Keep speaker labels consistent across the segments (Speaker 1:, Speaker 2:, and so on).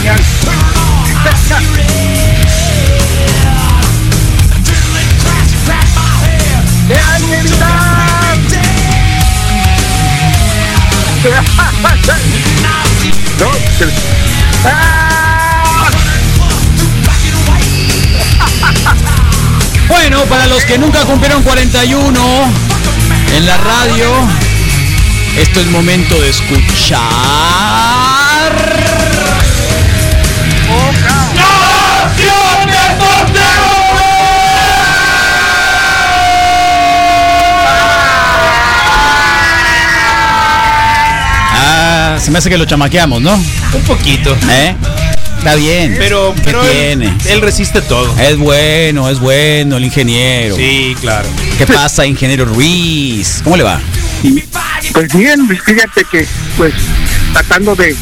Speaker 1: and turn it on. ¡Realidad! No, pero- ¡Ah!
Speaker 2: Bueno, para los que nunca cumplieron 41 en la radio, esto es momento de escuchar. Ah, se me hace que lo chamaqueamos, ¿no?
Speaker 3: Un poquito.
Speaker 2: ¿Eh? Está bien.
Speaker 3: Pero,
Speaker 2: ¿Qué
Speaker 3: pero él,
Speaker 2: tiene?
Speaker 3: él resiste todo.
Speaker 2: Es bueno, es bueno el ingeniero.
Speaker 3: Sí, claro.
Speaker 2: ¿Qué pasa, ingeniero Ruiz? ¿Cómo le va?
Speaker 1: Pues bien, pues fíjate que, pues, tratando de,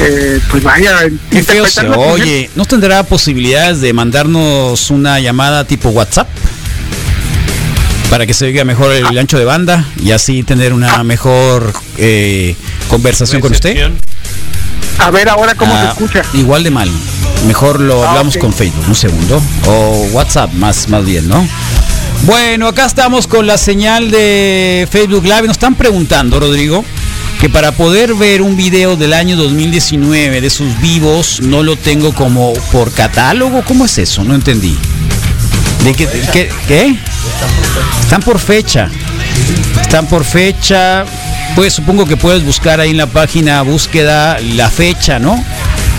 Speaker 1: eh, pues vaya,
Speaker 2: Qué feo se
Speaker 1: interpretando-
Speaker 2: oye. ¿No tendrá posibilidades de mandarnos una llamada tipo WhatsApp? Para que se oiga mejor
Speaker 3: Ah.
Speaker 2: el ancho de banda y así tener una mejor eh, conversación con usted.
Speaker 3: Recepción.
Speaker 1: A ver ahora cómo se
Speaker 2: Ah,
Speaker 1: escucha.
Speaker 2: Igual de mal. Mejor lo
Speaker 1: Ah,
Speaker 2: hablamos
Speaker 1: ok.
Speaker 2: con Facebook, un segundo. O WhatsApp, más, más bien, ¿no? Bueno, acá estamos con la señal de Facebook Live. Nos están preguntando, Rodrigo, que para poder ver un video del año 2019 de sus vivos, no lo tengo como por catálogo. ¿Cómo es eso? No entendí. ¿De qué, de qué- qué? Están por fecha. Están por fecha. Pues supongo que puedes buscar ahí en la página búsqueda la fecha, ¿no?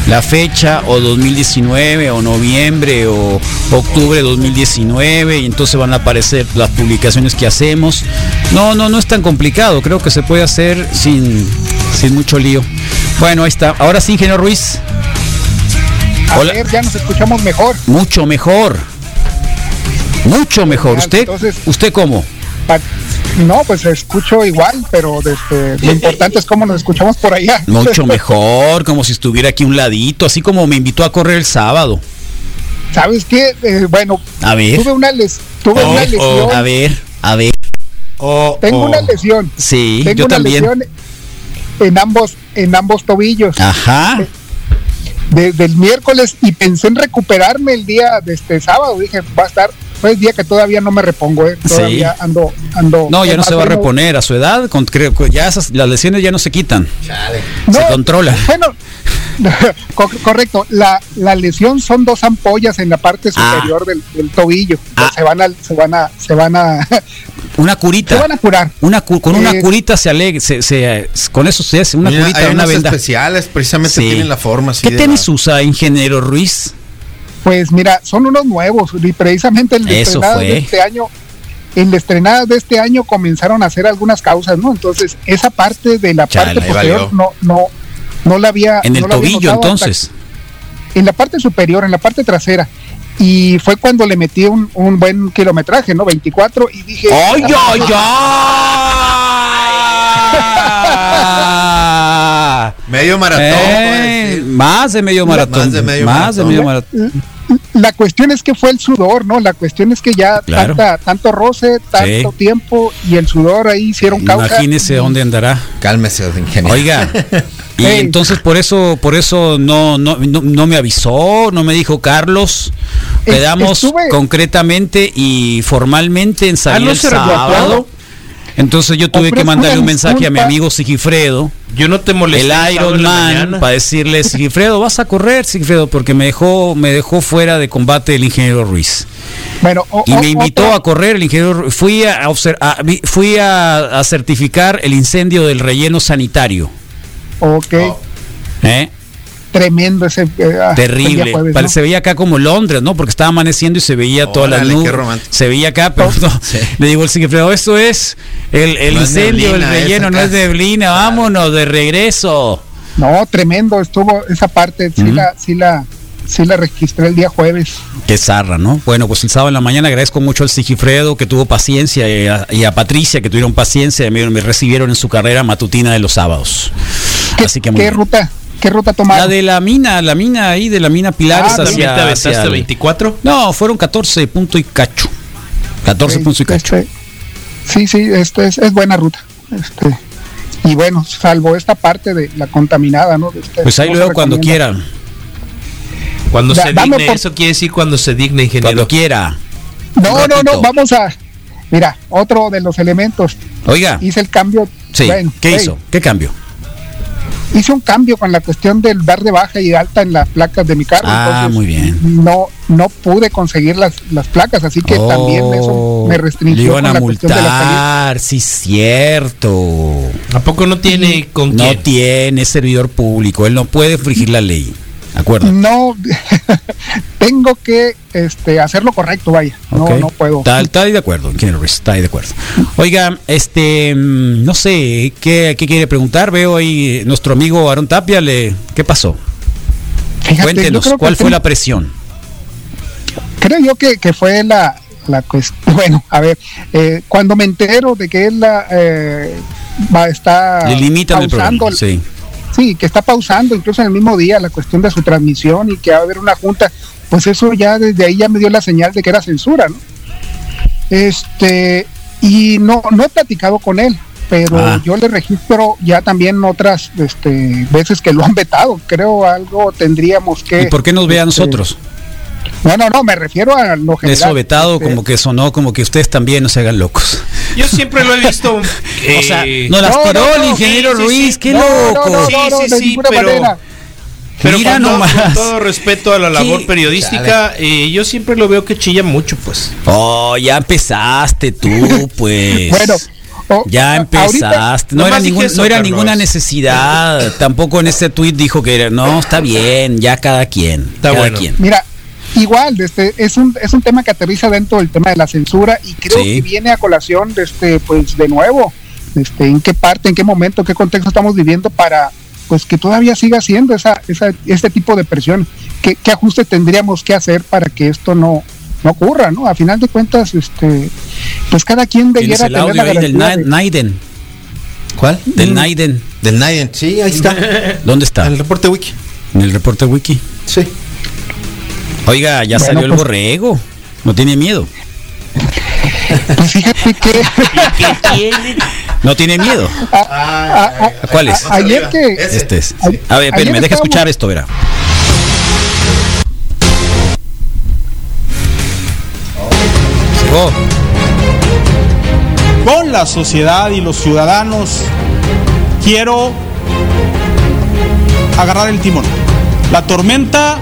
Speaker 2: La fecha o 2019 o noviembre o octubre de 2019 y entonces van a aparecer las publicaciones que hacemos. No, no, no es tan complicado. Creo que se puede hacer sin, sin mucho lío. Bueno, ahí está. Ahora sí, Ingeniero Ruiz.
Speaker 4: A
Speaker 2: Hola.
Speaker 4: ver, ya nos escuchamos mejor.
Speaker 2: Mucho mejor. Mucho mejor. ¿Usted,
Speaker 4: Entonces-
Speaker 2: ¿usted cómo?
Speaker 4: Pa- No, pues escucho igual, pero desde, lo importante es cómo nos escuchamos por allá.
Speaker 2: Eh, Mucho mejor, como si estuviera aquí a un ladito, así como me invitó a correr el sábado.
Speaker 4: ¿Sabes qué? Eh, bueno,
Speaker 2: A ver,
Speaker 4: tuve una, les- tuve
Speaker 3: Oh,
Speaker 4: una
Speaker 3: oh,
Speaker 4: lesión.
Speaker 2: a ver, a ver.
Speaker 3: Oh,
Speaker 4: Tengo
Speaker 3: oh.
Speaker 4: una lesión.
Speaker 2: Sí,
Speaker 4: Tengo
Speaker 2: yo
Speaker 4: una
Speaker 2: también.
Speaker 4: lesión en ambos, en ambos tobillos.
Speaker 2: Ah. Ajá.
Speaker 4: Desde el miércoles y pensé en recuperarme el día de este sábado. Dije, va a estar, pues día que todavía no me repongo, eh.
Speaker 2: Sí.
Speaker 4: Todavía ando, ando.
Speaker 2: No, ya no se va a
Speaker 4: enfermo.
Speaker 2: reponer a su edad. con- creo que ya esas, las lesiones ya no se quitan. Se
Speaker 4: No,
Speaker 2: controla.
Speaker 4: Bueno, co- correcto. La, la lesión son dos ampollas en la parte
Speaker 2: Ah.
Speaker 4: superior del, del tobillo.
Speaker 2: Ah.
Speaker 4: Se van a, se van a, se van a,
Speaker 2: Una
Speaker 4: se van
Speaker 2: curita.
Speaker 4: a curar.
Speaker 2: Una cu- con una
Speaker 4: Eh,
Speaker 2: curita se alegra. Se, se- con eso se hace una
Speaker 5: Mira,
Speaker 2: curita,
Speaker 5: hay
Speaker 2: una
Speaker 5: unas
Speaker 2: venda.
Speaker 5: especiales, precisamente
Speaker 2: Sí.
Speaker 5: tienen la forma. así
Speaker 2: ¿Qué
Speaker 5: de
Speaker 2: tenis
Speaker 5: la-
Speaker 2: usa, ingeniero Ruiz?
Speaker 4: Pues mira, son unos nuevos y precisamente el
Speaker 2: Eso
Speaker 4: estrenado
Speaker 2: fue.
Speaker 4: de este año. En la estrenada de este año comenzaron a hacer algunas causas, ¿no? Entonces, esa parte de la
Speaker 2: Chale,
Speaker 4: parte
Speaker 5: ahí
Speaker 4: posterior
Speaker 5: valió.
Speaker 4: no, no, no la había.
Speaker 2: En el
Speaker 4: Ah, no la había
Speaker 2: tobillo,
Speaker 4: notado hasta
Speaker 2: entonces.
Speaker 4: en la parte superior, en la parte trasera. Y fue cuando le metí un, un buen kilometraje, ¿no? 24 y dije... "Ah,
Speaker 2: ¡Ay, ay, ay!
Speaker 5: Medio maratón.
Speaker 2: Ah. Eh,
Speaker 5: puedes decir.
Speaker 2: más de medio maratón. Más de medio maratón.
Speaker 4: La cuestión es que fue el sudor, ¿no? La cuestión es que ya
Speaker 2: Claro.
Speaker 4: tanta, tanto roce, tanto
Speaker 2: Sí.
Speaker 4: tiempo y el sudor ahí hicieron causa.
Speaker 2: Imagínese dónde andará.
Speaker 5: Cálmese, ingeniero.
Speaker 2: Oiga. Y
Speaker 4: Ey.
Speaker 2: entonces por eso, por eso no, no, no, no me avisó, no me dijo Carlos.
Speaker 4: Es-
Speaker 2: Quedamos
Speaker 4: estuve- Ah,
Speaker 2: concretamente y formalmente en salir
Speaker 3: ¿no
Speaker 2: el
Speaker 3: se recuerda?
Speaker 2: sábado. Entonces yo tuve que
Speaker 4: Ofrezco
Speaker 2: mandarle
Speaker 4: una
Speaker 2: un mensaje a mi
Speaker 4: disculpa.
Speaker 2: amigo Sigifredo.
Speaker 3: Yo no te molesté.
Speaker 2: el Iron Man para decirle Sigifredo vas a correr Sigifredo porque me dejó me dejó fuera de combate el ingeniero Ruiz
Speaker 4: Bueno, o-
Speaker 2: y
Speaker 4: o-
Speaker 2: me invitó
Speaker 4: otra-
Speaker 2: a correr el ingeniero Ruiz. fui a, a obser- a- vi- fui a, a certificar el incendio del relleno sanitario
Speaker 4: Ok,
Speaker 2: ¿eh?
Speaker 4: tremendo ese... eh, ah, el
Speaker 2: terrible
Speaker 4: día jueves, ¿no?
Speaker 2: Pare- se veía acá como Londres no porque estaba amaneciendo y se veía toda la
Speaker 5: Órale, qué
Speaker 2: nube
Speaker 5: romántico.
Speaker 2: se veía acá pero
Speaker 4: Oh.
Speaker 2: no
Speaker 5: Sí.
Speaker 2: le digo el Sigifredo esto es el, el
Speaker 5: No es
Speaker 2: incendio del
Speaker 5: neblina, es
Speaker 2: relleno no
Speaker 5: acá.
Speaker 2: es neblina vámonos de regreso
Speaker 4: No, tremendo estuvo esa parte, sí,
Speaker 2: Ujú.
Speaker 4: la, sí, la, sí la registré el día jueves.
Speaker 2: Qué zarra, ¿no? Bueno, pues el sábado en la mañana agradezco mucho al Sigifredo que tuvo paciencia y a, y a Patricia que tuvieron paciencia y me, me recibieron en su carrera matutina de los sábados.
Speaker 4: ¿Qué,
Speaker 2: Así que muy
Speaker 4: ¿qué
Speaker 2: bien.
Speaker 4: ruta? ¿Qué ruta
Speaker 2: La
Speaker 4: tomaron?
Speaker 2: de la mina, la mina ahí de la mina Pilares
Speaker 4: Ah,
Speaker 2: hacia,
Speaker 3: ¿También te aventaste
Speaker 2: hacia el-
Speaker 3: 24?
Speaker 2: No, fueron 14 punto y cacho. 14 punto y cacho.
Speaker 4: Este, sí, sí, esto es, es buena ruta. Este, y bueno, salvo esta parte de la contaminada, ¿no? Este,
Speaker 2: Pues ahí
Speaker 4: no se
Speaker 2: luego cuando
Speaker 4: recomienda.
Speaker 2: quieran.
Speaker 3: Cuando
Speaker 4: Da-
Speaker 3: se
Speaker 4: dame
Speaker 3: digne,
Speaker 4: por-
Speaker 3: eso quiere decir cuando se digne, ingeniero.
Speaker 2: Cuando quiera.
Speaker 4: No, no,
Speaker 2: ratito.
Speaker 4: no, vamos a. Mira, otro de los elementos.
Speaker 2: Oiga,
Speaker 4: Hice el cambio.
Speaker 2: Ah. sí,
Speaker 4: bueno,
Speaker 2: ¿qué
Speaker 4: hey,
Speaker 2: hizo? ¿Qué cambio?
Speaker 4: Hice un cambio con la cuestión del dar de baja y de alta en las placas de mi carro.
Speaker 2: Ah,
Speaker 4: entonces
Speaker 2: muy bien.
Speaker 4: No, no pude conseguir las, las placas, así que también eso
Speaker 2: Oh,
Speaker 4: me
Speaker 2: Le
Speaker 4: restringió
Speaker 2: iban
Speaker 4: con
Speaker 2: a
Speaker 4: la cuestión de la salida.
Speaker 2: multar, sí, cierto.
Speaker 3: ¿A poco no tiene con
Speaker 2: No
Speaker 3: quién?
Speaker 2: tiene servidor público, él no puede frigir la ley. Acuérdate.
Speaker 4: No, tengo que este, hacer lo correcto, vaya.
Speaker 2: ok.
Speaker 4: No, no puedo.
Speaker 2: Está, está ahí de acuerdo, ingeniero Ruiz, está ahí de acuerdo. Oiga, este, mm, no sé, ¿qué, qué quiere preguntar? Veo ahí eh, nuestro amigo Aaron Tapia, le, ¿qué pasó?
Speaker 4: Fíjate, yo
Speaker 2: Cuéntenos,
Speaker 4: creo que
Speaker 2: ¿cuál fue
Speaker 4: ten-
Speaker 2: la presión?
Speaker 4: Creo yo que, que fue la, la cuestión. Bueno, a ver, eh, cuando me entero de que él la, eh, va, está
Speaker 2: Le limitan el
Speaker 4: Ah, pausando-
Speaker 2: programa. Sí.
Speaker 4: sí, que está pausando incluso en el mismo día la cuestión de su transmisión y que va a haber una junta, pues eso ya desde ahí ya me dio la señal de que era censura, ¿no? Este, y no, no he platicado con él, pero
Speaker 2: Ah.
Speaker 4: yo le registro ya también otras este, veces que lo han vetado, creo algo tendríamos que...
Speaker 2: ¿Y por qué nos ve a
Speaker 4: este,
Speaker 2: nosotros?
Speaker 4: No, no, no, me refiero a lo general.
Speaker 2: Eso vetado,
Speaker 4: este,
Speaker 2: como que sonó, como que ustedes también no se hagan locos.
Speaker 3: Yo siempre lo he visto.
Speaker 2: o sea,
Speaker 3: eh,
Speaker 2: no las
Speaker 4: no,
Speaker 2: tiró
Speaker 4: no,
Speaker 2: el
Speaker 4: no,
Speaker 2: ingeniero
Speaker 3: sí, sí,
Speaker 2: Ruiz,
Speaker 3: sí.
Speaker 2: qué
Speaker 4: no,
Speaker 2: loco.
Speaker 4: No, no,
Speaker 3: Sí,
Speaker 4: no, no,
Speaker 3: sí,
Speaker 4: de
Speaker 3: sí,
Speaker 4: ninguna
Speaker 3: pero-
Speaker 4: manera.
Speaker 3: Pero
Speaker 2: Mira
Speaker 3: con, todo-
Speaker 2: nomás.
Speaker 3: con todo respeto a la labor
Speaker 2: Sí.
Speaker 3: periodística, eh, yo siempre lo veo que chilla mucho, pues.
Speaker 2: Oh, ya empezaste tú, pues.
Speaker 4: Bueno, o-
Speaker 2: Ya
Speaker 4: ahorita-
Speaker 2: empezaste. No
Speaker 3: Nomás
Speaker 2: era,
Speaker 3: dije
Speaker 2: ningún-
Speaker 3: eso,
Speaker 2: no era
Speaker 3: Carlos.
Speaker 2: ninguna necesidad. Tampoco en este tuit dijo que era. No, está bien, ya cada quien.
Speaker 3: Está
Speaker 2: cada
Speaker 3: bueno.
Speaker 2: quien.
Speaker 4: Mira, igual, este, es un, es un tema que aterriza dentro del tema de la censura y creo
Speaker 2: Sí.
Speaker 4: que viene a colación, de este, pues, de nuevo, este, en qué parte, en qué momento, qué contexto estamos viviendo para, pues, que todavía siga siendo esa, esa, este tipo de presión. ¿Qué, qué ajustes tendríamos que hacer para que esto no, no ocurra, no? A final de cuentas, este, pues, cada quien
Speaker 2: Tienes
Speaker 4: debiera
Speaker 2: el audio ahí del
Speaker 4: garantía
Speaker 2: Na-
Speaker 4: de- Mm.
Speaker 2: Naiden.
Speaker 5: ¿Cuál?
Speaker 2: Del Naiden.
Speaker 5: Del Nayan. Sí, ahí está.
Speaker 2: ¿Dónde está?
Speaker 5: El reporte wiki.
Speaker 2: En el reporte wiki.
Speaker 5: Sí.
Speaker 2: Oiga, ya
Speaker 4: Bueno,
Speaker 2: salió el
Speaker 4: pues-
Speaker 2: borrego. No tiene miedo.
Speaker 4: Pues, fíjate que...
Speaker 2: No tiene miedo.
Speaker 4: a- a-
Speaker 2: ¿A ¿Cuál es?
Speaker 4: a- ayer que...
Speaker 5: Ese.
Speaker 2: Este es.
Speaker 4: Ay-
Speaker 2: A ver, espérame,
Speaker 4: ayer
Speaker 2: deja
Speaker 4: estábamos-
Speaker 2: escuchar esto, verá. Oh,
Speaker 6: con la sociedad y los ciudadanos, quiero agarrar el timón. La tormenta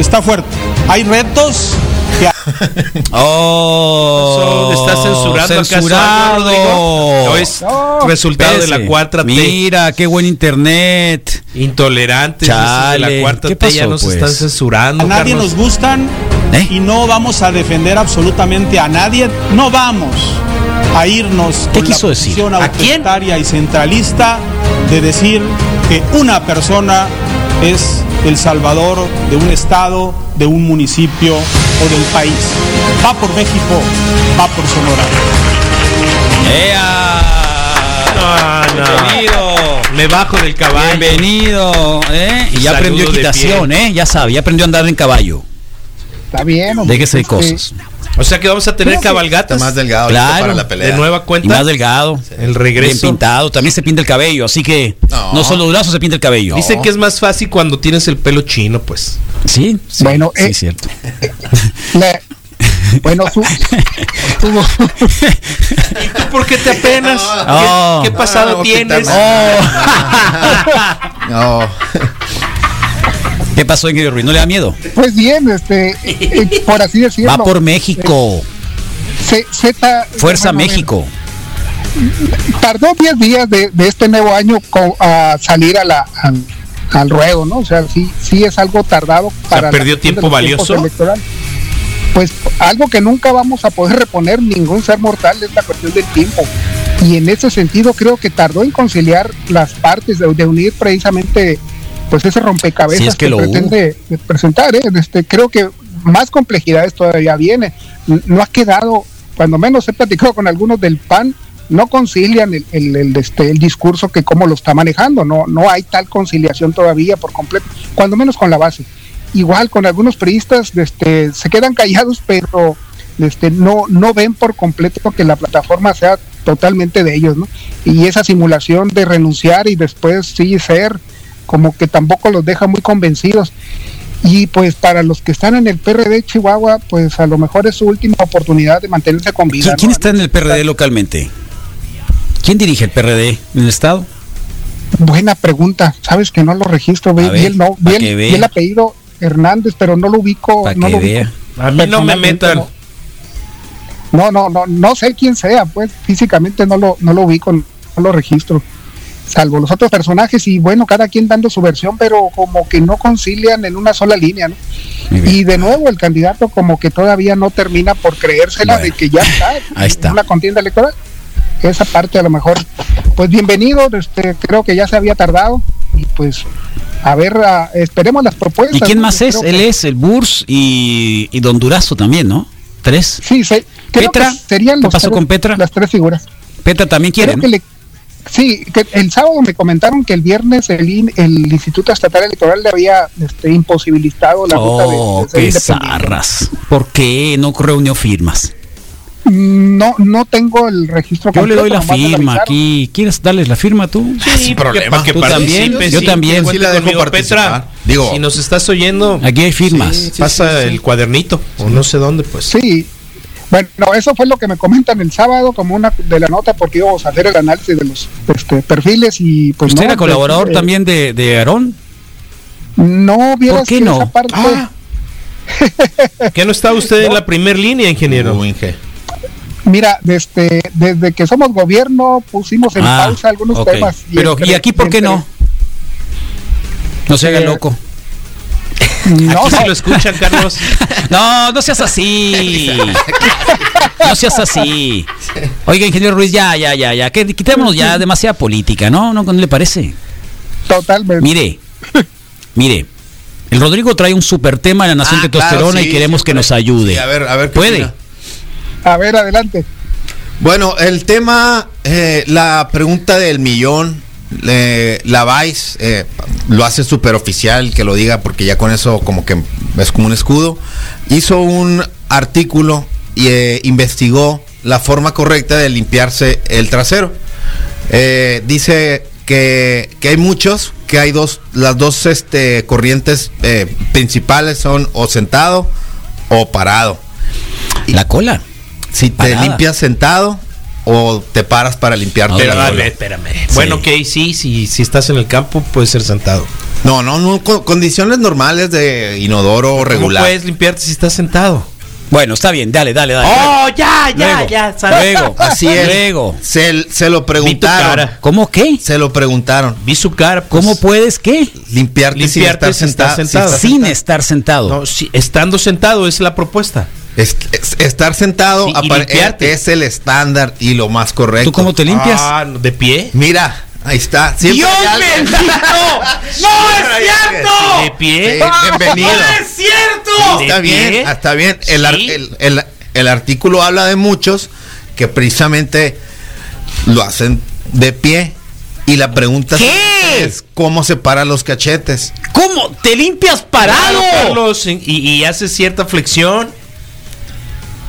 Speaker 6: está fuerte. Hay retos que
Speaker 2: oh,
Speaker 3: Eso, ¿estás censurando acaso
Speaker 2: censurado.
Speaker 3: algo, Rodrigo? ¿O es
Speaker 4: No,
Speaker 3: resultado de la
Speaker 2: Espérese.
Speaker 3: 4T?
Speaker 2: Mira, qué buen internet.
Speaker 3: Intolerantes. esos de
Speaker 2: Chale,
Speaker 3: la cuarta
Speaker 2: ¿qué
Speaker 3: T ya
Speaker 2: pasó,
Speaker 3: nos
Speaker 2: pues?
Speaker 3: están censurando.
Speaker 6: a nadie
Speaker 3: Carlos.
Speaker 6: nos gustan
Speaker 2: ¿Eh?
Speaker 6: y no vamos a defender absolutamente a nadie. No vamos a irnos
Speaker 2: ¿Qué
Speaker 6: con
Speaker 2: quiso
Speaker 6: la
Speaker 2: decir?
Speaker 6: posición
Speaker 3: ¿A quién?
Speaker 6: autoritaria y centralista de decir que una persona es el salvador de un estado, de un municipio o del país. Va por México, va por Sonora.
Speaker 2: ¡Ea!
Speaker 3: Ah, no.
Speaker 2: Bienvenido.
Speaker 3: Me bajo del caballo.
Speaker 2: Bienvenido, ¿eh? Y ya
Speaker 3: Saludo
Speaker 2: aprendió
Speaker 3: de
Speaker 2: equitación, ¿eh? Ya sabe, ya aprendió a andar en caballo.
Speaker 4: Está bien. hombre,
Speaker 2: Déjese de
Speaker 4: este,
Speaker 2: cosas.
Speaker 3: O sea que vamos a tener
Speaker 4: Creo que-
Speaker 5: Está
Speaker 3: cabalgatas.
Speaker 5: más delgado ahorita
Speaker 2: Claro.
Speaker 5: para la pelea.
Speaker 3: De nueva
Speaker 2: Y
Speaker 3: cuenta.
Speaker 2: más delgado.
Speaker 3: El
Speaker 2: Bien
Speaker 3: regreso.
Speaker 2: pintado, también se pinta el cabello, así que no,
Speaker 5: No.
Speaker 2: solo de lazo se pinta el cabello.
Speaker 3: Dicen que es más fácil cuando tienes el pelo chino, pues.
Speaker 2: Sí, sí,
Speaker 4: Bueno,
Speaker 2: sí,
Speaker 4: eh,
Speaker 2: cierto.
Speaker 4: la- bueno, su- su-
Speaker 3: ¿Y tú por qué te apenas?
Speaker 2: Ah.
Speaker 3: ¿Qué, qué pasado
Speaker 5: Ah,
Speaker 3: tienes?
Speaker 5: quitarme.
Speaker 2: Oh.
Speaker 5: No.
Speaker 2: ¿Qué pasó, ingeniero Ruiz? ¿No le da miedo?
Speaker 4: pues bien, este, eh, por así decirlo.
Speaker 2: Va por México.
Speaker 4: Se- Zeta-
Speaker 2: Fuerza
Speaker 4: bueno, eh,
Speaker 2: México.
Speaker 4: Tardó 10 días de, de este nuevo año co- a salir a la, al, al ruedo, ¿no? O sea, sí, sí es algo tardado para. la
Speaker 3: perdió
Speaker 4: cuestión
Speaker 3: tiempo
Speaker 4: de los
Speaker 3: valioso.
Speaker 4: tiempos electorales. Pues algo que nunca vamos a poder reponer ningún ser mortal es la cuestión del tiempo. Y en ese sentido creo que tardó en conciliar las partes, de, de unir precisamente pues ese rompecabezas
Speaker 2: Si es que lo hubo.
Speaker 4: pretende presentar. ¿eh? Este, creo que más complejidades todavía viene. N- No ha quedado, cuando menos he platicado con algunos del PAN, no concilian el, el, el, este, el discurso que cómo lo está manejando. No, no hay tal conciliación todavía por completo, cuando menos con la base. Igual con algunos periodistas este, se quedan callados, pero este, no, no ven por completo que la plataforma sea totalmente de ellos, ¿no? Y esa simulación de renunciar y después sí ser, como que tampoco los deja muy convencidos. Y pues para los que están en el PRD Chihuahua, pues a lo mejor es su última oportunidad de mantenerse con vida.
Speaker 2: ¿Qui- ¿Quién
Speaker 4: ¿no?
Speaker 2: está en el PRD localmente? ¿Quién dirige el PRD en el estado?
Speaker 4: Buena pregunta. Sabes que no lo registro. Vi,
Speaker 2: A
Speaker 4: vi
Speaker 2: ver,
Speaker 4: el, no,
Speaker 2: pa'
Speaker 4: vi el-
Speaker 2: que
Speaker 4: vi
Speaker 2: vea.
Speaker 4: el apellido Hernández, pero no lo ubico.
Speaker 2: Para
Speaker 4: no
Speaker 2: que
Speaker 4: lo ubico
Speaker 2: vea.
Speaker 3: A mí no me
Speaker 4: personalmente,
Speaker 3: metan.
Speaker 4: no. No, no, no, no sé quién sea, pues físicamente no lo, no lo ubico, no lo registro. Salvo los otros personajes y bueno, cada quien dando su versión, pero como que no concilian en una sola línea, ¿no?
Speaker 2: Muy bien.
Speaker 4: Y de nuevo el candidato como que todavía no termina por creérsela
Speaker 2: Bueno,
Speaker 4: de que ya está,
Speaker 2: ahí está.
Speaker 4: en una contienda electoral. Esa parte a lo mejor, pues bienvenido, este, creo que ya se había tardado y pues a ver, a- esperemos las propuestas.
Speaker 2: ¿Y quién
Speaker 4: ¿no?
Speaker 2: más
Speaker 4: Yo
Speaker 2: es?
Speaker 4: creo
Speaker 2: Él
Speaker 4: que-
Speaker 2: es el E? Burs y, y Don Durazo también, ¿no? Tres.
Speaker 4: Sí, se- creo
Speaker 2: Petra,
Speaker 4: que serían
Speaker 2: ¿qué
Speaker 4: los
Speaker 2: pasó
Speaker 4: tres-
Speaker 2: con Petra?
Speaker 4: las tres figuras.
Speaker 2: Petra también quiere,
Speaker 4: Creo
Speaker 2: ¿no?
Speaker 4: que le- sí, que el sábado me comentaron que el viernes el, IN- el Instituto Estatal Electoral le había este, imposibilitado la ruta de-
Speaker 2: Oh,
Speaker 4: de, ser
Speaker 2: qué
Speaker 4: independiente.
Speaker 2: zarras. ¿Por qué no reunió firmas?
Speaker 4: No, no tengo el registro.
Speaker 2: Yo le
Speaker 4: completo,
Speaker 2: doy la
Speaker 4: nomás me
Speaker 2: firma
Speaker 4: avisaron.
Speaker 2: aquí. ¿Quieres darles la firma tú?
Speaker 3: Sí, problema.
Speaker 2: Tú también, yo también.
Speaker 3: Sí,
Speaker 5: Sí la dejo participar. Digo-
Speaker 3: si nos estás oyendo,
Speaker 2: Aquí hay firmas.
Speaker 3: sí, pasa el cuadernito o no sé dónde, pues.
Speaker 4: Sí. Bueno, eso fue lo que me comentan el sábado como una de la nota porque íbamos a hacer el análisis de los este, perfiles y pues
Speaker 2: ¿Usted
Speaker 4: no,
Speaker 2: era colaborador
Speaker 4: eh,
Speaker 2: también de, de Aarón?
Speaker 4: No, vieras
Speaker 2: ¿Por qué
Speaker 4: que
Speaker 2: no?
Speaker 4: esa parte
Speaker 3: Ah. ¿Qué no está usted en la primer línea, ingeniero?
Speaker 5: Uy, Inge.
Speaker 4: Mira, desde, desde que somos gobierno pusimos en
Speaker 2: Ah,
Speaker 4: pausa algunos
Speaker 2: ok.
Speaker 4: temas.
Speaker 2: Pero,
Speaker 4: entre-
Speaker 2: ¿y aquí por qué
Speaker 4: entre-
Speaker 2: no? No se haga
Speaker 4: Eh,
Speaker 2: loco.
Speaker 4: No,
Speaker 3: Aquí
Speaker 4: no,
Speaker 3: se lo escuchan, Carlos.
Speaker 2: No, no seas así. No seas así. Oiga, ingeniero Ruiz, ya, ya, ya, ya. que Quitémonos ya demasiada política, ¿no? ¿No, no le parece?
Speaker 4: totalmente.
Speaker 2: Mire, mire. El Rodrigo trae un super tema en la Nación
Speaker 5: Ah,
Speaker 2: Testosterona
Speaker 5: claro, sí,
Speaker 2: y queremos que
Speaker 5: siempre.
Speaker 2: nos ayude.
Speaker 5: Sí, a ver, a ver qué
Speaker 2: ¿Puede?
Speaker 5: opina.
Speaker 4: A ver, adelante.
Speaker 5: Bueno, el tema, eh, la pregunta del millón, eh, la Vice eh, lo hace súper oficial que lo diga porque ya con eso como que es como un escudo. Hizo un artículo y eh, investigó la forma correcta de limpiarse el trasero. Eh, dice que, que hay muchos, que hay dos, las dos este, corrientes eh, principales son o sentado o parado.
Speaker 2: La cola.
Speaker 5: Si te
Speaker 2: Parada.
Speaker 5: limpias sentado o te paras para limpiarte.
Speaker 2: Ahora,
Speaker 5: la
Speaker 2: vale.
Speaker 5: cola.
Speaker 3: espérame. Bueno, ok, sí, sí, si estás en el campo, puedes ser sentado.
Speaker 5: No, no, no, con- condiciones normales de inodoro
Speaker 3: ¿Cómo
Speaker 5: regular.
Speaker 3: puedes limpiarte si estás sentado?
Speaker 2: Bueno, está bien, dale, dale, dale.
Speaker 3: ¡Oh! ya,
Speaker 2: Luego, Luego,
Speaker 5: Así es.
Speaker 2: Luego.
Speaker 5: Se, se lo
Speaker 3: Vi tu
Speaker 5: preguntaron.
Speaker 3: cara.
Speaker 2: ¿Cómo qué?
Speaker 5: Se lo preguntaron.
Speaker 3: Vi su cara. pues.
Speaker 2: ¿Cómo puedes qué?
Speaker 5: Limpiarte, sin
Speaker 3: Limpiarte
Speaker 5: estar
Speaker 3: si estás
Speaker 5: senta- si
Speaker 3: sentado.
Speaker 5: estás
Speaker 2: Sin estar sentado.
Speaker 3: No, oh, sí, estando sentado es la propuesta.
Speaker 5: Es- es- estar sentado
Speaker 3: Sí, y
Speaker 5: apare-
Speaker 3: limpiarte.
Speaker 5: es el estándar y lo más correcto.
Speaker 2: ¿Tú cómo te limpias?
Speaker 3: Ah, ¿de pie?
Speaker 5: Mira, ahí está. Siempre hay alguien. Siempre hay alguien.
Speaker 3: ¿De pie?
Speaker 5: Sí, bienvenido.
Speaker 3: cierto!
Speaker 5: Está bien, está bien. El, ar-
Speaker 3: Sí.
Speaker 5: el- el- el artículo habla de muchos que precisamente lo hacen de pie. Y la pregunta
Speaker 2: ¿Qué?
Speaker 5: es cómo se paran los cachetes.
Speaker 2: ¿Cómo? ¿Te limpias parado?
Speaker 3: Carlos, y, y hace cierta flexión.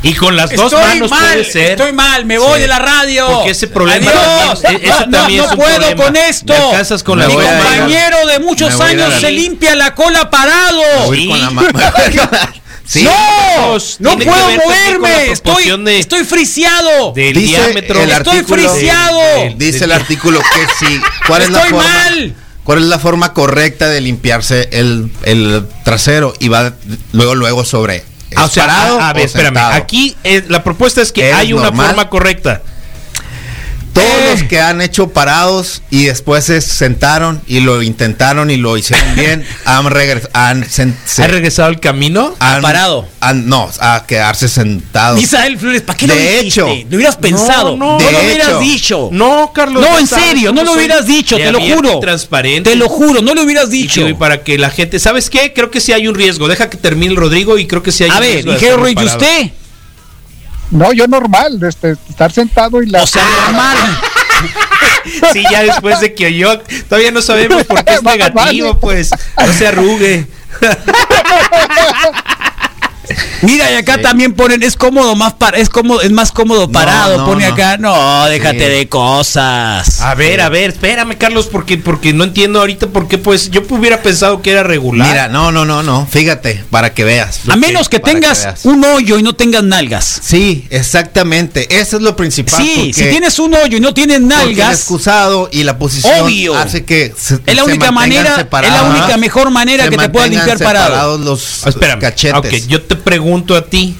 Speaker 3: Y con las dos
Speaker 2: Estoy
Speaker 3: manos
Speaker 2: mal,
Speaker 3: puede ser.
Speaker 2: estoy mal, me voy de la radio.
Speaker 3: Porque ese problema.
Speaker 2: Adiós.
Speaker 3: e- Eso
Speaker 2: no,
Speaker 3: también
Speaker 2: no
Speaker 3: es un
Speaker 2: puedo
Speaker 3: problema.
Speaker 2: con esto.
Speaker 3: Me alcanzas con
Speaker 5: Me
Speaker 3: la
Speaker 2: Mi
Speaker 5: voy a
Speaker 3: boca.
Speaker 5: ir.
Speaker 2: compañero de muchos
Speaker 5: Me voy a ir a
Speaker 2: años
Speaker 5: la-
Speaker 2: se limpia la cola parado.
Speaker 5: Voy
Speaker 3: Sí.
Speaker 5: con la mano. Sí.
Speaker 2: No,
Speaker 3: Carlos,
Speaker 2: no
Speaker 3: tiene que
Speaker 2: puedo
Speaker 3: ver también con la
Speaker 2: moverme. Estoy,
Speaker 3: proporción de-
Speaker 2: estoy friseado.
Speaker 3: Del
Speaker 5: Dice
Speaker 3: diámetro.
Speaker 5: el
Speaker 2: Estoy
Speaker 5: artículo-
Speaker 2: friseado.
Speaker 5: Dice el artículo que sí. ¿Cuál es la
Speaker 2: Estoy
Speaker 5: forma?
Speaker 2: mal.
Speaker 5: ¿Cuál es la forma correcta de limpiarse el, el trasero? Y va luego, luego sobre.
Speaker 3: Ah, o sea,
Speaker 5: parado
Speaker 3: a, a ver,
Speaker 5: eh, o
Speaker 3: espérame.
Speaker 5: sentado?
Speaker 3: Aquí eh, la propuesta es que
Speaker 5: Es
Speaker 3: hay una
Speaker 5: normal.
Speaker 3: forma correcta.
Speaker 5: Todos
Speaker 2: Eh.
Speaker 5: los que han hecho parados y después se sentaron y lo intentaron y lo hicieron bien, han regresado. Han, sen- se-
Speaker 3: ¿Ha regresado al camino?
Speaker 5: han-
Speaker 2: parado?
Speaker 5: han- no, a quedarse sentados.
Speaker 2: Misael Flores, ¿para qué
Speaker 5: Oh. De
Speaker 2: lo dijiste?
Speaker 5: hecho.
Speaker 2: Lo hubieras pensado. No,
Speaker 3: no,
Speaker 5: de
Speaker 2: lo hubieras
Speaker 5: hecho.
Speaker 2: dicho.
Speaker 3: No, Carlos.
Speaker 2: No,
Speaker 3: ya
Speaker 2: en
Speaker 3: sabes
Speaker 2: serio, no
Speaker 3: cómo
Speaker 2: lo
Speaker 3: soy
Speaker 2: hubieras dicho,
Speaker 3: de
Speaker 2: te lo
Speaker 3: abierto
Speaker 2: juro.
Speaker 3: y Transparente.
Speaker 2: Te lo juro, no lo hubieras
Speaker 3: Y
Speaker 2: dicho.
Speaker 3: que- y para que la gente. ¿Sabes qué? Creo que sí hay un riesgo. Deja que termine el Rodrigo y creo que sí hay
Speaker 2: A
Speaker 3: un
Speaker 2: ver,
Speaker 3: riesgo. de
Speaker 2: ingeniero
Speaker 3: hacerlo
Speaker 2: Ruiz, ¿y
Speaker 3: parado.
Speaker 2: usted?
Speaker 4: No, yo normal, este, estar sentado y la.
Speaker 2: O sea, normal.
Speaker 3: Sí, ya después de que oyó. Todavía no sabemos por qué es
Speaker 4: Vale.
Speaker 3: negativo, pues. No se arrugue.
Speaker 2: Mira, y acá
Speaker 5: Sí.
Speaker 2: también ponen, es cómodo más para, es cómodo, es más cómodo
Speaker 5: No,
Speaker 2: parado,
Speaker 5: no,
Speaker 2: pone
Speaker 5: no.
Speaker 2: acá. No, déjate
Speaker 5: Sí.
Speaker 2: de cosas.
Speaker 3: A ver, a ver, espérame, Carlos, porque, porque no entiendo ahorita por qué, pues, yo hubiera pensado que era regular.
Speaker 5: Mira, no, no, no, no. Fíjate, para que veas.
Speaker 2: a menos que
Speaker 5: Para
Speaker 2: tengas
Speaker 5: veas.
Speaker 2: un hoyo y no tengas nalgas.
Speaker 5: Sí, exactamente. Eso es lo principal.
Speaker 2: Sí,
Speaker 5: porque-
Speaker 2: si tienes un hoyo y no tienes
Speaker 5: porque el
Speaker 2: nalgas,
Speaker 5: excusado y la posición
Speaker 2: Obvio.
Speaker 5: hace que se-
Speaker 2: es la
Speaker 5: se
Speaker 2: única
Speaker 5: mantengan
Speaker 2: manera, es la
Speaker 5: separados.
Speaker 2: única mejor manera
Speaker 5: Se
Speaker 2: que te puedas
Speaker 5: mantengan
Speaker 2: limpiar parado.
Speaker 5: separados los
Speaker 3: Ah, espérame.
Speaker 5: cachetes.
Speaker 3: Ok, yo te pregunto a ti,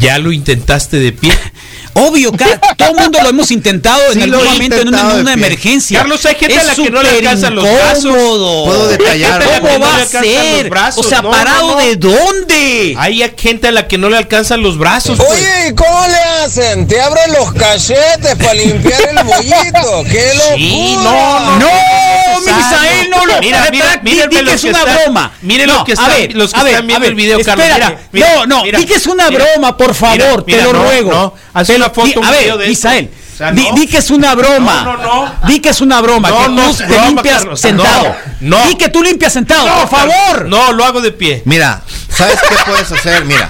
Speaker 3: ¿ya lo intentaste de pie?
Speaker 2: Obvio, ca- todo el mundo lo hemos intentado
Speaker 5: Sí,
Speaker 2: en
Speaker 5: lo
Speaker 2: algún
Speaker 5: he
Speaker 2: momento en una,
Speaker 5: intentado
Speaker 2: en una
Speaker 5: de pie.
Speaker 2: emergencia.
Speaker 3: Carlos, hay gente a la que no le
Speaker 2: súper
Speaker 3: alcanzan los
Speaker 2: incómodo.
Speaker 5: Puedo detallar.
Speaker 3: Hay gente a la que
Speaker 2: ¿Cómo
Speaker 3: no
Speaker 2: va
Speaker 3: le
Speaker 2: a
Speaker 3: alcanzan
Speaker 2: ser?
Speaker 3: los brazos,
Speaker 2: o sea,
Speaker 3: no,
Speaker 2: ¿parado
Speaker 3: no, no.
Speaker 2: de dónde?
Speaker 3: Hay gente a la que no le alcanzan los brazos. pues.
Speaker 7: Oye, ¿y ¿cómo le hacen? Te abren los cachetes para limpiar el bollito. ¡Qué locura!
Speaker 3: Sí, no,
Speaker 2: ¡No!
Speaker 3: no,
Speaker 2: mi Misael, no lo
Speaker 3: Mira, mira,
Speaker 2: di,
Speaker 3: mírenme
Speaker 2: di que
Speaker 3: los
Speaker 2: es
Speaker 3: que
Speaker 2: una
Speaker 3: están-
Speaker 2: broma.
Speaker 3: miren
Speaker 2: No,
Speaker 3: los que
Speaker 2: a
Speaker 3: están-
Speaker 2: ver,
Speaker 3: los que
Speaker 2: a ver,
Speaker 3: están viendo
Speaker 2: a ver,
Speaker 3: el video, Carlos,
Speaker 2: espérate.
Speaker 3: mira, mira,
Speaker 2: no, no,
Speaker 3: mira,
Speaker 2: di que es una
Speaker 3: mira,
Speaker 2: broma, por favor,
Speaker 3: mira,
Speaker 2: te lo
Speaker 3: no,
Speaker 2: ruego.
Speaker 3: no, haz
Speaker 2: Te
Speaker 3: una
Speaker 2: lo-
Speaker 3: foto,
Speaker 2: di-
Speaker 3: un
Speaker 2: a
Speaker 3: video
Speaker 2: ver,
Speaker 3: de
Speaker 2: Misael,
Speaker 3: esto. O sea,
Speaker 2: di,
Speaker 3: no.
Speaker 2: di que es una broma.
Speaker 3: No, no, no.
Speaker 2: Di que es una broma,
Speaker 3: No,
Speaker 2: que
Speaker 3: no
Speaker 2: tú
Speaker 3: es
Speaker 2: te
Speaker 3: broma,
Speaker 2: limpias
Speaker 3: Carlos,
Speaker 2: sentado.
Speaker 3: no, no.
Speaker 2: Di que tú limpias sentado, por favor.
Speaker 3: No, lo hago de pie.
Speaker 5: Mira, ¿sabes qué puedes hacer? Mira,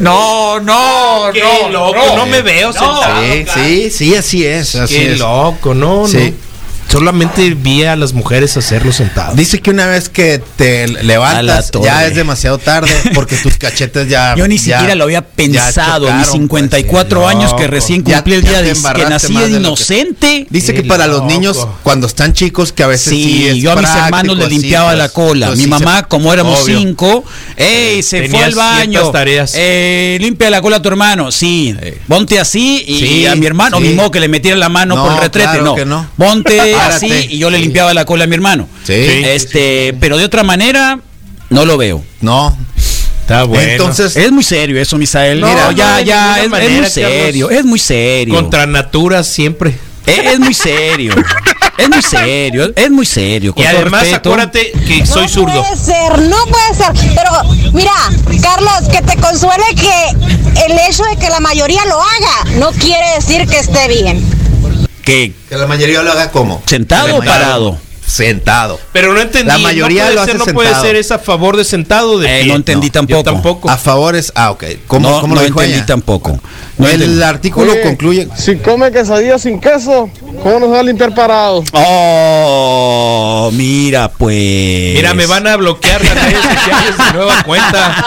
Speaker 2: No, no,
Speaker 3: Qué loco, no, me veo sentado.
Speaker 5: sí, sí, sí, así es, así
Speaker 3: Qué
Speaker 5: es.
Speaker 3: loco, no,
Speaker 5: Sí.
Speaker 3: no. Solamente vi a las mujeres hacerlo sentado.
Speaker 5: Dice que una vez que te
Speaker 2: A la
Speaker 5: levantas
Speaker 2: torre.
Speaker 5: ya es demasiado tarde porque tus cachetes ya
Speaker 2: Yo ni
Speaker 5: ya-
Speaker 2: siquiera lo había
Speaker 5: ya
Speaker 2: pensado.
Speaker 5: chocaron,
Speaker 2: Mis
Speaker 5: pues,
Speaker 2: 54
Speaker 5: sí,
Speaker 2: años
Speaker 5: loco.
Speaker 2: que recién
Speaker 5: Ya-
Speaker 2: cumplí el
Speaker 5: ya
Speaker 2: día
Speaker 5: te
Speaker 2: de que
Speaker 5: embarraste
Speaker 2: nací
Speaker 5: más de lo que-
Speaker 2: inocente.
Speaker 5: Dice
Speaker 3: Qué
Speaker 5: que para los
Speaker 3: loco.
Speaker 5: niños cuando están chicos que a veces sí,
Speaker 2: Sí,
Speaker 5: es
Speaker 2: yo a mis
Speaker 5: práctico,
Speaker 2: hermanos le
Speaker 5: sí,
Speaker 2: limpiaba
Speaker 5: pues,
Speaker 2: la cola.
Speaker 5: pues,
Speaker 2: Mi
Speaker 5: sí,
Speaker 2: mamá,
Speaker 5: se-
Speaker 2: como éramos
Speaker 5: obvio.
Speaker 2: cinco, ey, se
Speaker 3: Tenías
Speaker 2: fue al baño.
Speaker 3: ciertas tareas.
Speaker 2: Eh, limpia la cola a tu hermano. Sí, ponte así y
Speaker 5: Sí,
Speaker 2: a mi hermano,
Speaker 5: sí.
Speaker 2: mi modo que le metiera la mano
Speaker 5: No,
Speaker 2: por el retrete.
Speaker 5: claro
Speaker 2: no.
Speaker 5: que no.
Speaker 2: ponte
Speaker 5: Párate.
Speaker 2: así y yo le
Speaker 5: Sí.
Speaker 2: limpiaba la cola a mi hermano.
Speaker 5: Sí.
Speaker 2: Este, pero de otra manera, no lo veo.
Speaker 5: No.
Speaker 3: Está bueno.
Speaker 5: Entonces,
Speaker 2: Es muy serio eso, Misael.
Speaker 5: No,
Speaker 2: Mira,
Speaker 5: no,
Speaker 2: ya,
Speaker 3: de
Speaker 2: ya,
Speaker 3: ninguna
Speaker 2: es, es muy
Speaker 3: manera,
Speaker 2: serio,
Speaker 3: Carlos.
Speaker 2: es muy serio.
Speaker 3: contra natura siempre.
Speaker 2: Es, es muy serio. Es muy serio, es muy serio.
Speaker 3: Y
Speaker 2: todo
Speaker 3: además,
Speaker 2: respeto.
Speaker 3: acuérdate que soy
Speaker 8: No
Speaker 3: zurdo.
Speaker 8: puede ser, no puede ser. Pero mira, Carlos, que te consuele que el hecho de que la mayoría lo haga no quiere decir que esté bien.
Speaker 2: Que
Speaker 5: que la mayoría lo haga como
Speaker 2: ¿Sentado o
Speaker 5: La mayoría-
Speaker 2: parado?
Speaker 5: Sentado.
Speaker 3: Pero no entendí.
Speaker 5: La mayoría
Speaker 3: no puede
Speaker 5: lo
Speaker 3: ser,
Speaker 5: hace
Speaker 3: no puede
Speaker 5: sentado.
Speaker 3: ser es a favor de sentado o de
Speaker 2: Eh,
Speaker 3: pie.
Speaker 2: no entendí
Speaker 3: yo
Speaker 2: tampoco.
Speaker 3: tampoco.
Speaker 5: A favores, ah, ok. ¿Cómo,
Speaker 2: no,
Speaker 5: cómo lo
Speaker 2: no
Speaker 5: dijo
Speaker 2: entendí
Speaker 5: ella?
Speaker 2: tampoco. No
Speaker 5: El
Speaker 2: entendí.
Speaker 5: artículo concluye.
Speaker 9: Si come quesadilla sin queso, ¿cómo nos va a limpiar parado?
Speaker 2: Oh, mira pues.
Speaker 3: Mira, me van a bloquear las redes sociales de nueva cuenta.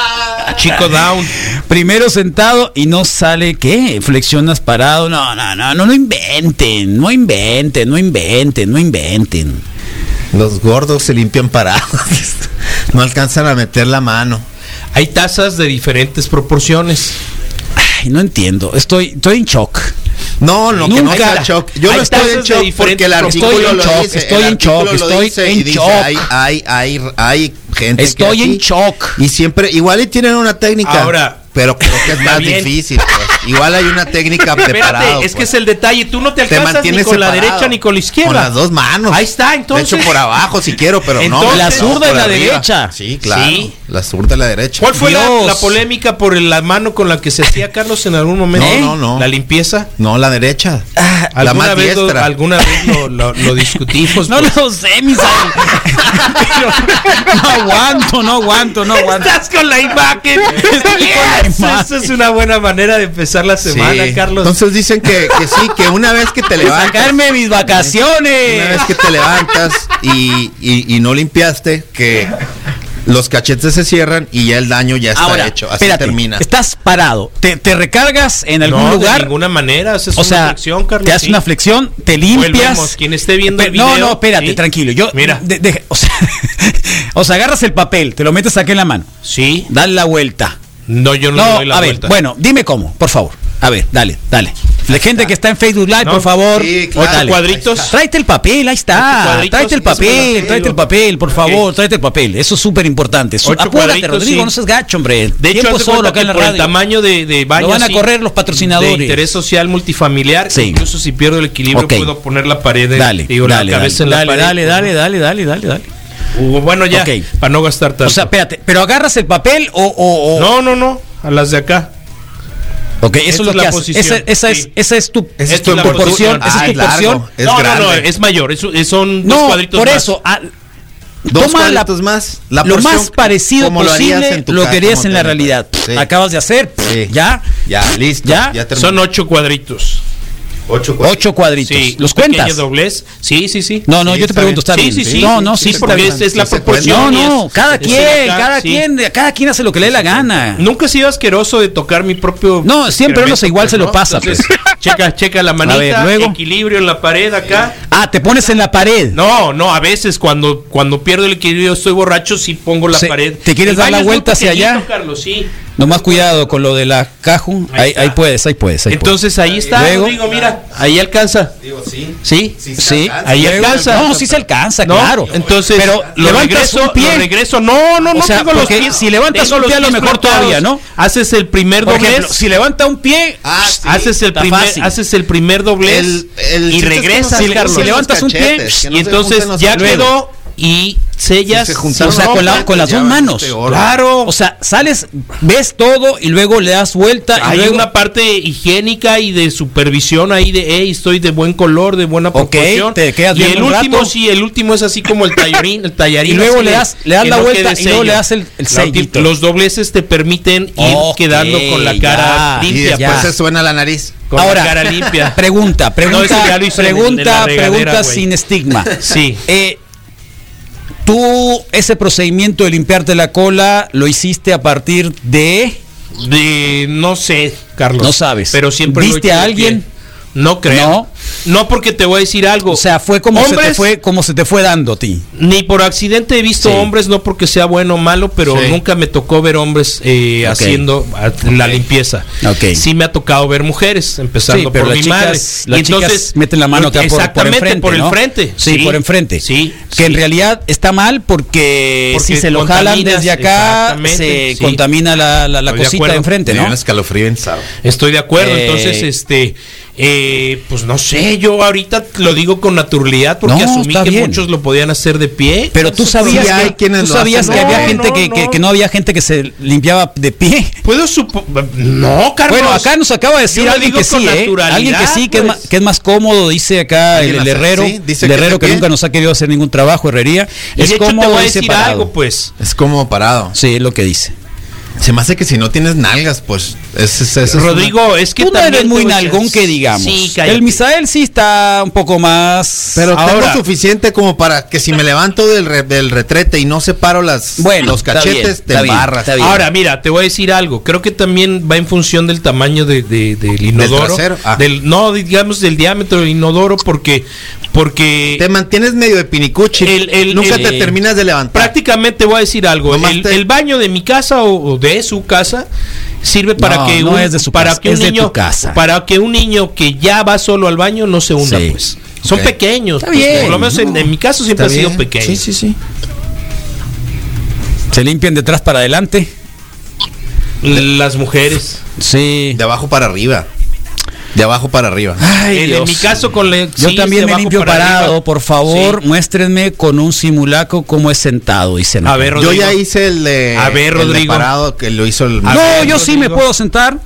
Speaker 3: Chico Down.
Speaker 2: Primero sentado y no sale qué, flexionas parado. No, no, no, no, no inventen, no inventen, no inventen, no inventen.
Speaker 5: Los gordos se limpian parados. no alcanzan a meter la mano.
Speaker 3: Hay tazas de diferentes proporciones.
Speaker 2: Ay, no entiendo, estoy, estoy en shock.
Speaker 5: No, no, que no
Speaker 2: Nunca.
Speaker 5: está en shock. Yo
Speaker 2: Hay
Speaker 5: no estoy en
Speaker 3: tazas de
Speaker 5: shock
Speaker 3: diferentes
Speaker 5: porque el
Speaker 3: proporciones.
Speaker 5: artículo
Speaker 2: Estoy en
Speaker 5: lo
Speaker 2: shock,
Speaker 5: dice.
Speaker 2: estoy
Speaker 5: el
Speaker 2: en shock,
Speaker 5: artículo lo
Speaker 2: estoy
Speaker 5: dice
Speaker 2: en
Speaker 5: y dice,
Speaker 2: shock.
Speaker 5: Hay, hay, hay, hay gente que
Speaker 2: Estoy en
Speaker 5: así-
Speaker 2: shock.
Speaker 5: Y siempre, igual y tienen una técnica.
Speaker 3: Ahora.
Speaker 5: Pero creo que es
Speaker 3: Está
Speaker 5: más
Speaker 3: bien.
Speaker 5: difícil. pues. Igual hay una técnica de
Speaker 3: Espérate,
Speaker 5: parado.
Speaker 3: es que
Speaker 5: pues.
Speaker 3: es el detalle. Tú no te
Speaker 5: te
Speaker 3: alcanzas ni
Speaker 5: mantienes
Speaker 3: con la
Speaker 5: separado.
Speaker 3: derecha ni con la izquierda.
Speaker 5: Con las dos manos.
Speaker 3: Ahí está, entonces.
Speaker 5: De hecho, por abajo si quiero, pero no.
Speaker 3: Entonces-
Speaker 2: La zurda y
Speaker 5: por
Speaker 2: la derecha.
Speaker 5: Sí, claro.
Speaker 3: Sí.
Speaker 5: La zurda y la derecha.
Speaker 3: ¿Cuál fue la,
Speaker 2: Dios.
Speaker 3: la polémica por el- la mano con la que se hacía Carlos en algún momento?
Speaker 5: No, no, no.
Speaker 3: La limpieza.
Speaker 5: No, la derecha. la más
Speaker 3: vez lo-
Speaker 5: diestra.
Speaker 3: Ah, alguna vez lo, lo- lo discutimos.
Speaker 2: No
Speaker 3: pues.
Speaker 2: lo sé, Misael. Pero no aguanto, no aguanto, no aguanto.
Speaker 3: Estás con la imagen. Yes,
Speaker 2: imagen.
Speaker 3: Esa es una buena manera de empezar la
Speaker 5: Sí.
Speaker 3: semana, Carlos.
Speaker 5: Entonces dicen que, que sí, que una vez que te levantas.
Speaker 2: Sacarme mis
Speaker 5: Una
Speaker 2: vacaciones.
Speaker 5: vez que te levantas y, y- y no limpiaste, que los cachetes se cierran y ya el daño ya está
Speaker 2: Ahora,
Speaker 5: hecho. Así
Speaker 2: espérate,
Speaker 5: termina.
Speaker 2: estás parado, te, te recargas en algún
Speaker 3: no, de
Speaker 2: lugar,
Speaker 3: ninguna manera. haces
Speaker 2: o
Speaker 3: una
Speaker 2: sea,
Speaker 3: flexión, Carlos,
Speaker 2: te haces
Speaker 3: sí.
Speaker 2: una flexión, te
Speaker 3: Volvemos,
Speaker 2: limpias.
Speaker 3: Quien esté viendo el
Speaker 2: Pero- no,
Speaker 3: video,
Speaker 2: no, espérate,
Speaker 3: ¿sí?
Speaker 2: tranquilo. Yo,
Speaker 3: Mira.
Speaker 2: de- de- o, sea, o sea, agarras el papel, te lo metes aquí en la mano,
Speaker 3: Sí.
Speaker 2: das la vuelta.
Speaker 3: No, yo no,
Speaker 2: No,
Speaker 3: le doy la
Speaker 2: a ver,
Speaker 3: vuelta.
Speaker 2: bueno, dime cómo, por favor. A ver, dale, dale. La gente que está en Facebook Live,
Speaker 3: No,
Speaker 2: por favor.
Speaker 5: sí, claro.
Speaker 2: dale.
Speaker 3: Cuadritos.
Speaker 2: Tráete el papel, ahí está.
Speaker 3: Cuadritos,
Speaker 2: Tráete el
Speaker 3: eso me
Speaker 2: papel,
Speaker 3: lo
Speaker 2: tráete el
Speaker 3: pido.
Speaker 2: papel, por
Speaker 3: Ok.
Speaker 2: favor, tráete el papel. Eso es súper importante. Su-
Speaker 3: Ocho
Speaker 2: Apúrate,
Speaker 3: cuadritos,
Speaker 2: Rodrigo,
Speaker 3: sí.
Speaker 2: no seas gacho, hombre.
Speaker 3: De hecho,
Speaker 2: Tiempo
Speaker 3: haz de
Speaker 2: solo
Speaker 3: cuenta
Speaker 2: acá
Speaker 3: que
Speaker 2: en la
Speaker 3: por el
Speaker 2: radio.
Speaker 3: tamaño de, de baño
Speaker 2: Lo van a
Speaker 3: así,
Speaker 2: correr los patrocinadores.
Speaker 3: De interés social multifamiliar.
Speaker 2: Sí.
Speaker 3: Incluso si pierdo el equilibrio,
Speaker 2: Ok.
Speaker 3: puedo poner la pared. en-
Speaker 2: Dale,
Speaker 3: digo, la
Speaker 2: dale, dale,
Speaker 3: cabeza en la
Speaker 2: dale,
Speaker 3: pared.
Speaker 2: dale, dale, dale, dale, dale, dale.
Speaker 3: Uh, Bueno, ya.
Speaker 2: Ok.
Speaker 3: Para no gastar tanto.
Speaker 2: O sea, espérate, pero agarras el papel o. o- o-
Speaker 3: no, no, no. A las de acá.
Speaker 2: Ok, eso
Speaker 3: Esa
Speaker 2: es lo
Speaker 3: es la
Speaker 2: que haces.
Speaker 3: posición,
Speaker 2: Esa, esa es,
Speaker 3: sí.
Speaker 2: esa es tu,
Speaker 5: Esa
Speaker 2: es tu
Speaker 3: la
Speaker 2: proporción.
Speaker 3: posición.
Speaker 2: Esa
Speaker 5: Ah,
Speaker 2: es tu
Speaker 5: largo,
Speaker 2: porción.
Speaker 5: Es
Speaker 3: no,
Speaker 5: grande.
Speaker 3: no, no. Es mayor. Es, es- son dos
Speaker 2: No,
Speaker 3: cuadritos
Speaker 2: por
Speaker 3: más.
Speaker 2: eso. ah,
Speaker 5: Dos
Speaker 2: Toma la-
Speaker 5: cuartos más. la
Speaker 2: lo
Speaker 5: porción
Speaker 2: más parecido
Speaker 5: como lo harías
Speaker 2: posible
Speaker 5: en tu
Speaker 2: lo
Speaker 5: casa,
Speaker 2: querías
Speaker 5: como
Speaker 2: en la
Speaker 5: te-
Speaker 2: realidad.
Speaker 5: Sí.
Speaker 2: Acabas de hacer,
Speaker 5: Sí.
Speaker 2: ya,
Speaker 5: Ya, listo.
Speaker 2: Ya.
Speaker 3: Son ocho cuadritos.
Speaker 5: ocho,
Speaker 2: ocho cuadritos.
Speaker 3: Sí,
Speaker 2: ¿Los
Speaker 3: pequeño
Speaker 2: cuentas?
Speaker 3: doblez. Sí, sí, sí.
Speaker 2: No, no,
Speaker 5: Sí,
Speaker 2: yo te
Speaker 5: está
Speaker 2: pregunto,
Speaker 5: bien.
Speaker 2: ¿está
Speaker 3: sí,
Speaker 2: bien?
Speaker 3: sí, sí,
Speaker 2: No, no,
Speaker 3: sí,
Speaker 2: sí,
Speaker 5: se
Speaker 3: porque
Speaker 5: cuenta.
Speaker 3: es, es la
Speaker 5: Sí se
Speaker 2: No,
Speaker 3: proporción. y
Speaker 2: no,
Speaker 3: es-
Speaker 2: cada
Speaker 3: es
Speaker 2: quien,
Speaker 3: acá,
Speaker 2: cada
Speaker 3: sí.
Speaker 2: quien, cada quien hace lo que le dé la gana.
Speaker 3: Nunca he sido asqueroso de tocar mi propio.
Speaker 2: No, siempre uno
Speaker 3: excremento,
Speaker 2: se- igual se lo
Speaker 3: ¿no?
Speaker 2: pasa, pues.
Speaker 3: Entonces, checa, checa la manita,
Speaker 2: ver, luego.
Speaker 3: equilibrio en la pared acá.
Speaker 2: Ah, te pones en la pared.
Speaker 3: No, no, a veces cuando, cuando pierdo el equilibrio, estoy borracho, sí pongo la
Speaker 2: Sí,
Speaker 3: pared.
Speaker 2: ¿te quieres
Speaker 3: El
Speaker 2: dar
Speaker 3: baño
Speaker 2: la
Speaker 3: es muy
Speaker 2: vuelta hacia allá?
Speaker 3: pequeñito, Carlos, sí.
Speaker 2: Nomás cuidado con lo de la caju.
Speaker 3: Ahí
Speaker 2: Ahí,
Speaker 3: está.
Speaker 2: ahí puedes, ahí puedes. ahí
Speaker 3: Entonces ahí está,
Speaker 2: Luego.
Speaker 3: Rodrigo, mira, ahí alcanza.
Speaker 5: Digo, sí.
Speaker 3: ¿Sí?
Speaker 5: Sí,
Speaker 2: puedes.
Speaker 5: se
Speaker 2: Sí,
Speaker 5: alcanza.
Speaker 2: ahí
Speaker 3: Luego-
Speaker 2: alcanza. No, sí se alcanza,
Speaker 3: ¿No?
Speaker 2: claro.
Speaker 3: Entonces,
Speaker 2: pero
Speaker 3: lo
Speaker 2: levantas
Speaker 3: regreso,
Speaker 2: un pie.
Speaker 3: lo regreso. No, no, no
Speaker 2: O sea,
Speaker 3: tengo los
Speaker 2: porque
Speaker 3: pies.
Speaker 2: si levantas
Speaker 3: tengo
Speaker 2: un
Speaker 3: los
Speaker 2: pie, a lo
Speaker 3: pies
Speaker 2: mejor todavía, ¿no?
Speaker 3: Haces el primer
Speaker 2: Por
Speaker 3: doblez.
Speaker 2: ejemplo, si levanta un pie,
Speaker 5: Ah, sí.
Speaker 3: haces el
Speaker 2: está
Speaker 3: primer
Speaker 2: fácil.
Speaker 3: haces el primer doblez
Speaker 5: El- el
Speaker 3: y
Speaker 5: chiste es que no
Speaker 3: regresas
Speaker 5: se
Speaker 2: si, le-
Speaker 3: Carlos.
Speaker 2: si levantas un pie,
Speaker 5: cachetes, que no
Speaker 3: y
Speaker 5: se
Speaker 3: entonces
Speaker 5: junten los
Speaker 3: ya
Speaker 5: cachetes.
Speaker 3: quedó y sellas
Speaker 5: Si se juntaron
Speaker 2: o sea,
Speaker 5: los
Speaker 2: con, la-
Speaker 5: cachetes,
Speaker 2: con las
Speaker 5: ya
Speaker 2: dos
Speaker 5: valiste
Speaker 2: manos.
Speaker 5: oro.
Speaker 2: Claro. O sea, sales, ves todo y luego le das vuelta y
Speaker 3: hay
Speaker 2: luego
Speaker 3: una parte higiénica y de supervisión ahí de hey estoy de buen color de buena
Speaker 2: Ok,
Speaker 3: proporción
Speaker 2: te quedas
Speaker 3: y
Speaker 2: viendo
Speaker 3: el
Speaker 2: un
Speaker 3: último
Speaker 2: rato.
Speaker 3: sí el último es así como el tallarín el tallarín
Speaker 2: Y luego
Speaker 3: así
Speaker 2: le
Speaker 3: de-
Speaker 2: das- le das
Speaker 3: que
Speaker 2: la
Speaker 3: no
Speaker 2: vuelta
Speaker 3: quede
Speaker 2: y luego le
Speaker 3: sello.
Speaker 2: das el- el
Speaker 3: La ulti-
Speaker 2: sellito.
Speaker 3: los dobleces te permiten ir
Speaker 2: Ok,
Speaker 3: quedando con la cara
Speaker 2: ya.
Speaker 5: Y
Speaker 3: limpia pues.
Speaker 5: después
Speaker 2: Ya.
Speaker 5: se suena la nariz.
Speaker 3: con
Speaker 2: Ahora,
Speaker 3: la cara limpia No,
Speaker 2: pregunta,
Speaker 3: eso
Speaker 2: pregunta,
Speaker 3: ya lo hice en- en la
Speaker 2: pregunta,
Speaker 3: regadera,
Speaker 2: pregunta
Speaker 3: güey.
Speaker 2: sin estigma.
Speaker 3: sí
Speaker 2: Eh, Tú ese procedimiento de limpiarte la cola lo hiciste a partir de
Speaker 3: De, no sé, Carlos.
Speaker 2: No sabes.
Speaker 3: Pero siempre. lo he
Speaker 2: ¿Viste
Speaker 3: hecho
Speaker 2: a
Speaker 3: de
Speaker 2: alguien?
Speaker 3: pie. No creo. No.
Speaker 2: No.
Speaker 3: porque te voy a decir algo.
Speaker 2: O sea, fue como se te
Speaker 3: Hombres,
Speaker 2: fue como se te fue dando a ti.
Speaker 3: Ni por accidente he visto
Speaker 2: Sí.
Speaker 3: hombres, no porque sea bueno o malo, pero
Speaker 5: Sí.
Speaker 3: nunca me tocó ver hombres eh,
Speaker 2: Ok.
Speaker 3: haciendo ah, la limpieza.
Speaker 2: Ok.
Speaker 3: Sí me ha tocado ver mujeres, empezando
Speaker 2: Sí, pero
Speaker 3: por
Speaker 2: las
Speaker 3: mi
Speaker 2: chicas-
Speaker 3: madre.
Speaker 2: las chicas meten la mano acá por- por
Speaker 3: exactamente,
Speaker 2: enfrente,
Speaker 3: por el
Speaker 2: ¿no?
Speaker 3: frente.
Speaker 2: Sí, por enfrente.
Speaker 3: Sí.
Speaker 2: Que
Speaker 3: sí.
Speaker 2: en realidad está mal porque,
Speaker 3: Porque
Speaker 2: si se lo jalan
Speaker 3: contaminas,
Speaker 2: desde acá
Speaker 3: exactamente,
Speaker 2: se
Speaker 3: sí.
Speaker 2: contamina la, la- la
Speaker 3: Estoy de
Speaker 2: cosita
Speaker 3: acuerdo.
Speaker 2: de enfrente,
Speaker 5: Me dio
Speaker 2: ¿no?
Speaker 5: un escalofrío en sábado.
Speaker 3: Estoy de acuerdo,
Speaker 2: Eh,
Speaker 3: entonces este eh, pues no sé, yo ahorita lo digo con naturalidad porque
Speaker 2: No,
Speaker 3: asumí
Speaker 2: está
Speaker 3: que
Speaker 2: bien.
Speaker 3: muchos lo podían hacer de pie.
Speaker 2: Pero tú sabías
Speaker 5: Sí, hay
Speaker 2: que,
Speaker 5: quienes
Speaker 2: tú
Speaker 5: lo
Speaker 2: sabías
Speaker 5: hacen.
Speaker 2: que
Speaker 5: No,
Speaker 2: había gente
Speaker 3: no,
Speaker 2: que, que-
Speaker 3: no.
Speaker 2: que no había gente que se limpiaba de pie.
Speaker 3: puedo suponer no, Carlos.
Speaker 2: Bueno, acá nos acaba de decir
Speaker 3: yo lo
Speaker 2: alguien
Speaker 3: digo
Speaker 2: que
Speaker 3: con
Speaker 2: sí, ¿eh?
Speaker 3: naturalidad,
Speaker 2: Alguien que sí, que, es
Speaker 3: pues.
Speaker 2: ma- que es más cómodo, dice acá el,
Speaker 5: Alguien
Speaker 2: el
Speaker 5: hace-
Speaker 2: herrero.
Speaker 5: sí, dice
Speaker 2: el
Speaker 5: que
Speaker 2: herrero
Speaker 5: de
Speaker 2: que,
Speaker 5: pie.
Speaker 2: nunca nos ha querido hacer ningún trabajo, herrería.
Speaker 3: Y de
Speaker 2: es
Speaker 3: hecho te
Speaker 2: cómodo,
Speaker 3: voy a
Speaker 2: dice
Speaker 3: decir
Speaker 2: parado.
Speaker 3: algo, pues.
Speaker 5: Es como parado.
Speaker 2: Sí, es lo que dice.
Speaker 5: Se me hace que si no tienes nalgas, pues. Es, es, es- es
Speaker 3: Rodrigo, es que
Speaker 2: Tú no eres
Speaker 3: también
Speaker 2: muy
Speaker 3: te voy a-
Speaker 2: nalgón que digamos.
Speaker 3: Sí, cállate.
Speaker 2: el Misael sí está un poco más.
Speaker 5: Pero
Speaker 3: Ahora-
Speaker 5: tengo suficiente como para que si me levanto del, re- del retrete y no separo las,
Speaker 2: Bueno,
Speaker 5: los
Speaker 2: está bien,
Speaker 5: cachetes,
Speaker 2: está
Speaker 5: te
Speaker 2: bien,
Speaker 5: barras.
Speaker 2: está bien.
Speaker 3: Ahora, mira, te voy a decir algo. Creo que también va en función del tamaño de- de- del inodoro.
Speaker 5: trasero? Ah.
Speaker 3: Del, no, digamos del diámetro del inodoro porque porque
Speaker 5: Te mantienes medio de pinicuchi.
Speaker 3: eh, El- el-
Speaker 5: Nunca
Speaker 3: el- eh,
Speaker 5: te terminas de levantar.
Speaker 3: Prácticamente voy a decir algo.
Speaker 5: Nomás
Speaker 3: El,
Speaker 5: te-
Speaker 3: el baño de mi casa o, o de su casa sirve para
Speaker 2: No,
Speaker 3: que
Speaker 2: no
Speaker 3: un,
Speaker 2: es de su
Speaker 3: para
Speaker 2: casa,
Speaker 3: que un
Speaker 2: es de tu
Speaker 3: niño
Speaker 2: casa.
Speaker 3: para que un niño que ya va solo al baño no se hunda,
Speaker 2: Sí.
Speaker 3: pues. Son
Speaker 5: Ok.
Speaker 3: pequeños.
Speaker 2: Está
Speaker 3: pues,
Speaker 2: bien.
Speaker 3: Por lo menos en, en mi caso siempre ha sido pequeño.
Speaker 5: Sí, sí, sí.
Speaker 2: ¿Se limpian detrás para adelante?
Speaker 3: Las mujeres.
Speaker 2: Sí.
Speaker 5: De abajo para arriba. De abajo para arriba.
Speaker 2: Ay,
Speaker 3: En, en
Speaker 2: Dios.
Speaker 3: mi caso con la-
Speaker 2: Yo
Speaker 3: sí, de
Speaker 2: también me
Speaker 3: abajo
Speaker 2: limpio
Speaker 3: para arriba.
Speaker 2: parado. Por favor,
Speaker 3: Sí.
Speaker 2: muéstrenme con un simulacro cómo es sentado, dicen.
Speaker 3: A ver,
Speaker 5: Yo
Speaker 3: Rodrigo.
Speaker 5: ya hice el de.
Speaker 3: A ver,
Speaker 5: el de
Speaker 3: Rodrigo.
Speaker 5: parado que lo hizo el.
Speaker 2: No,
Speaker 3: ver,
Speaker 2: yo sí me
Speaker 3: Rodrigo.
Speaker 2: puedo sentar.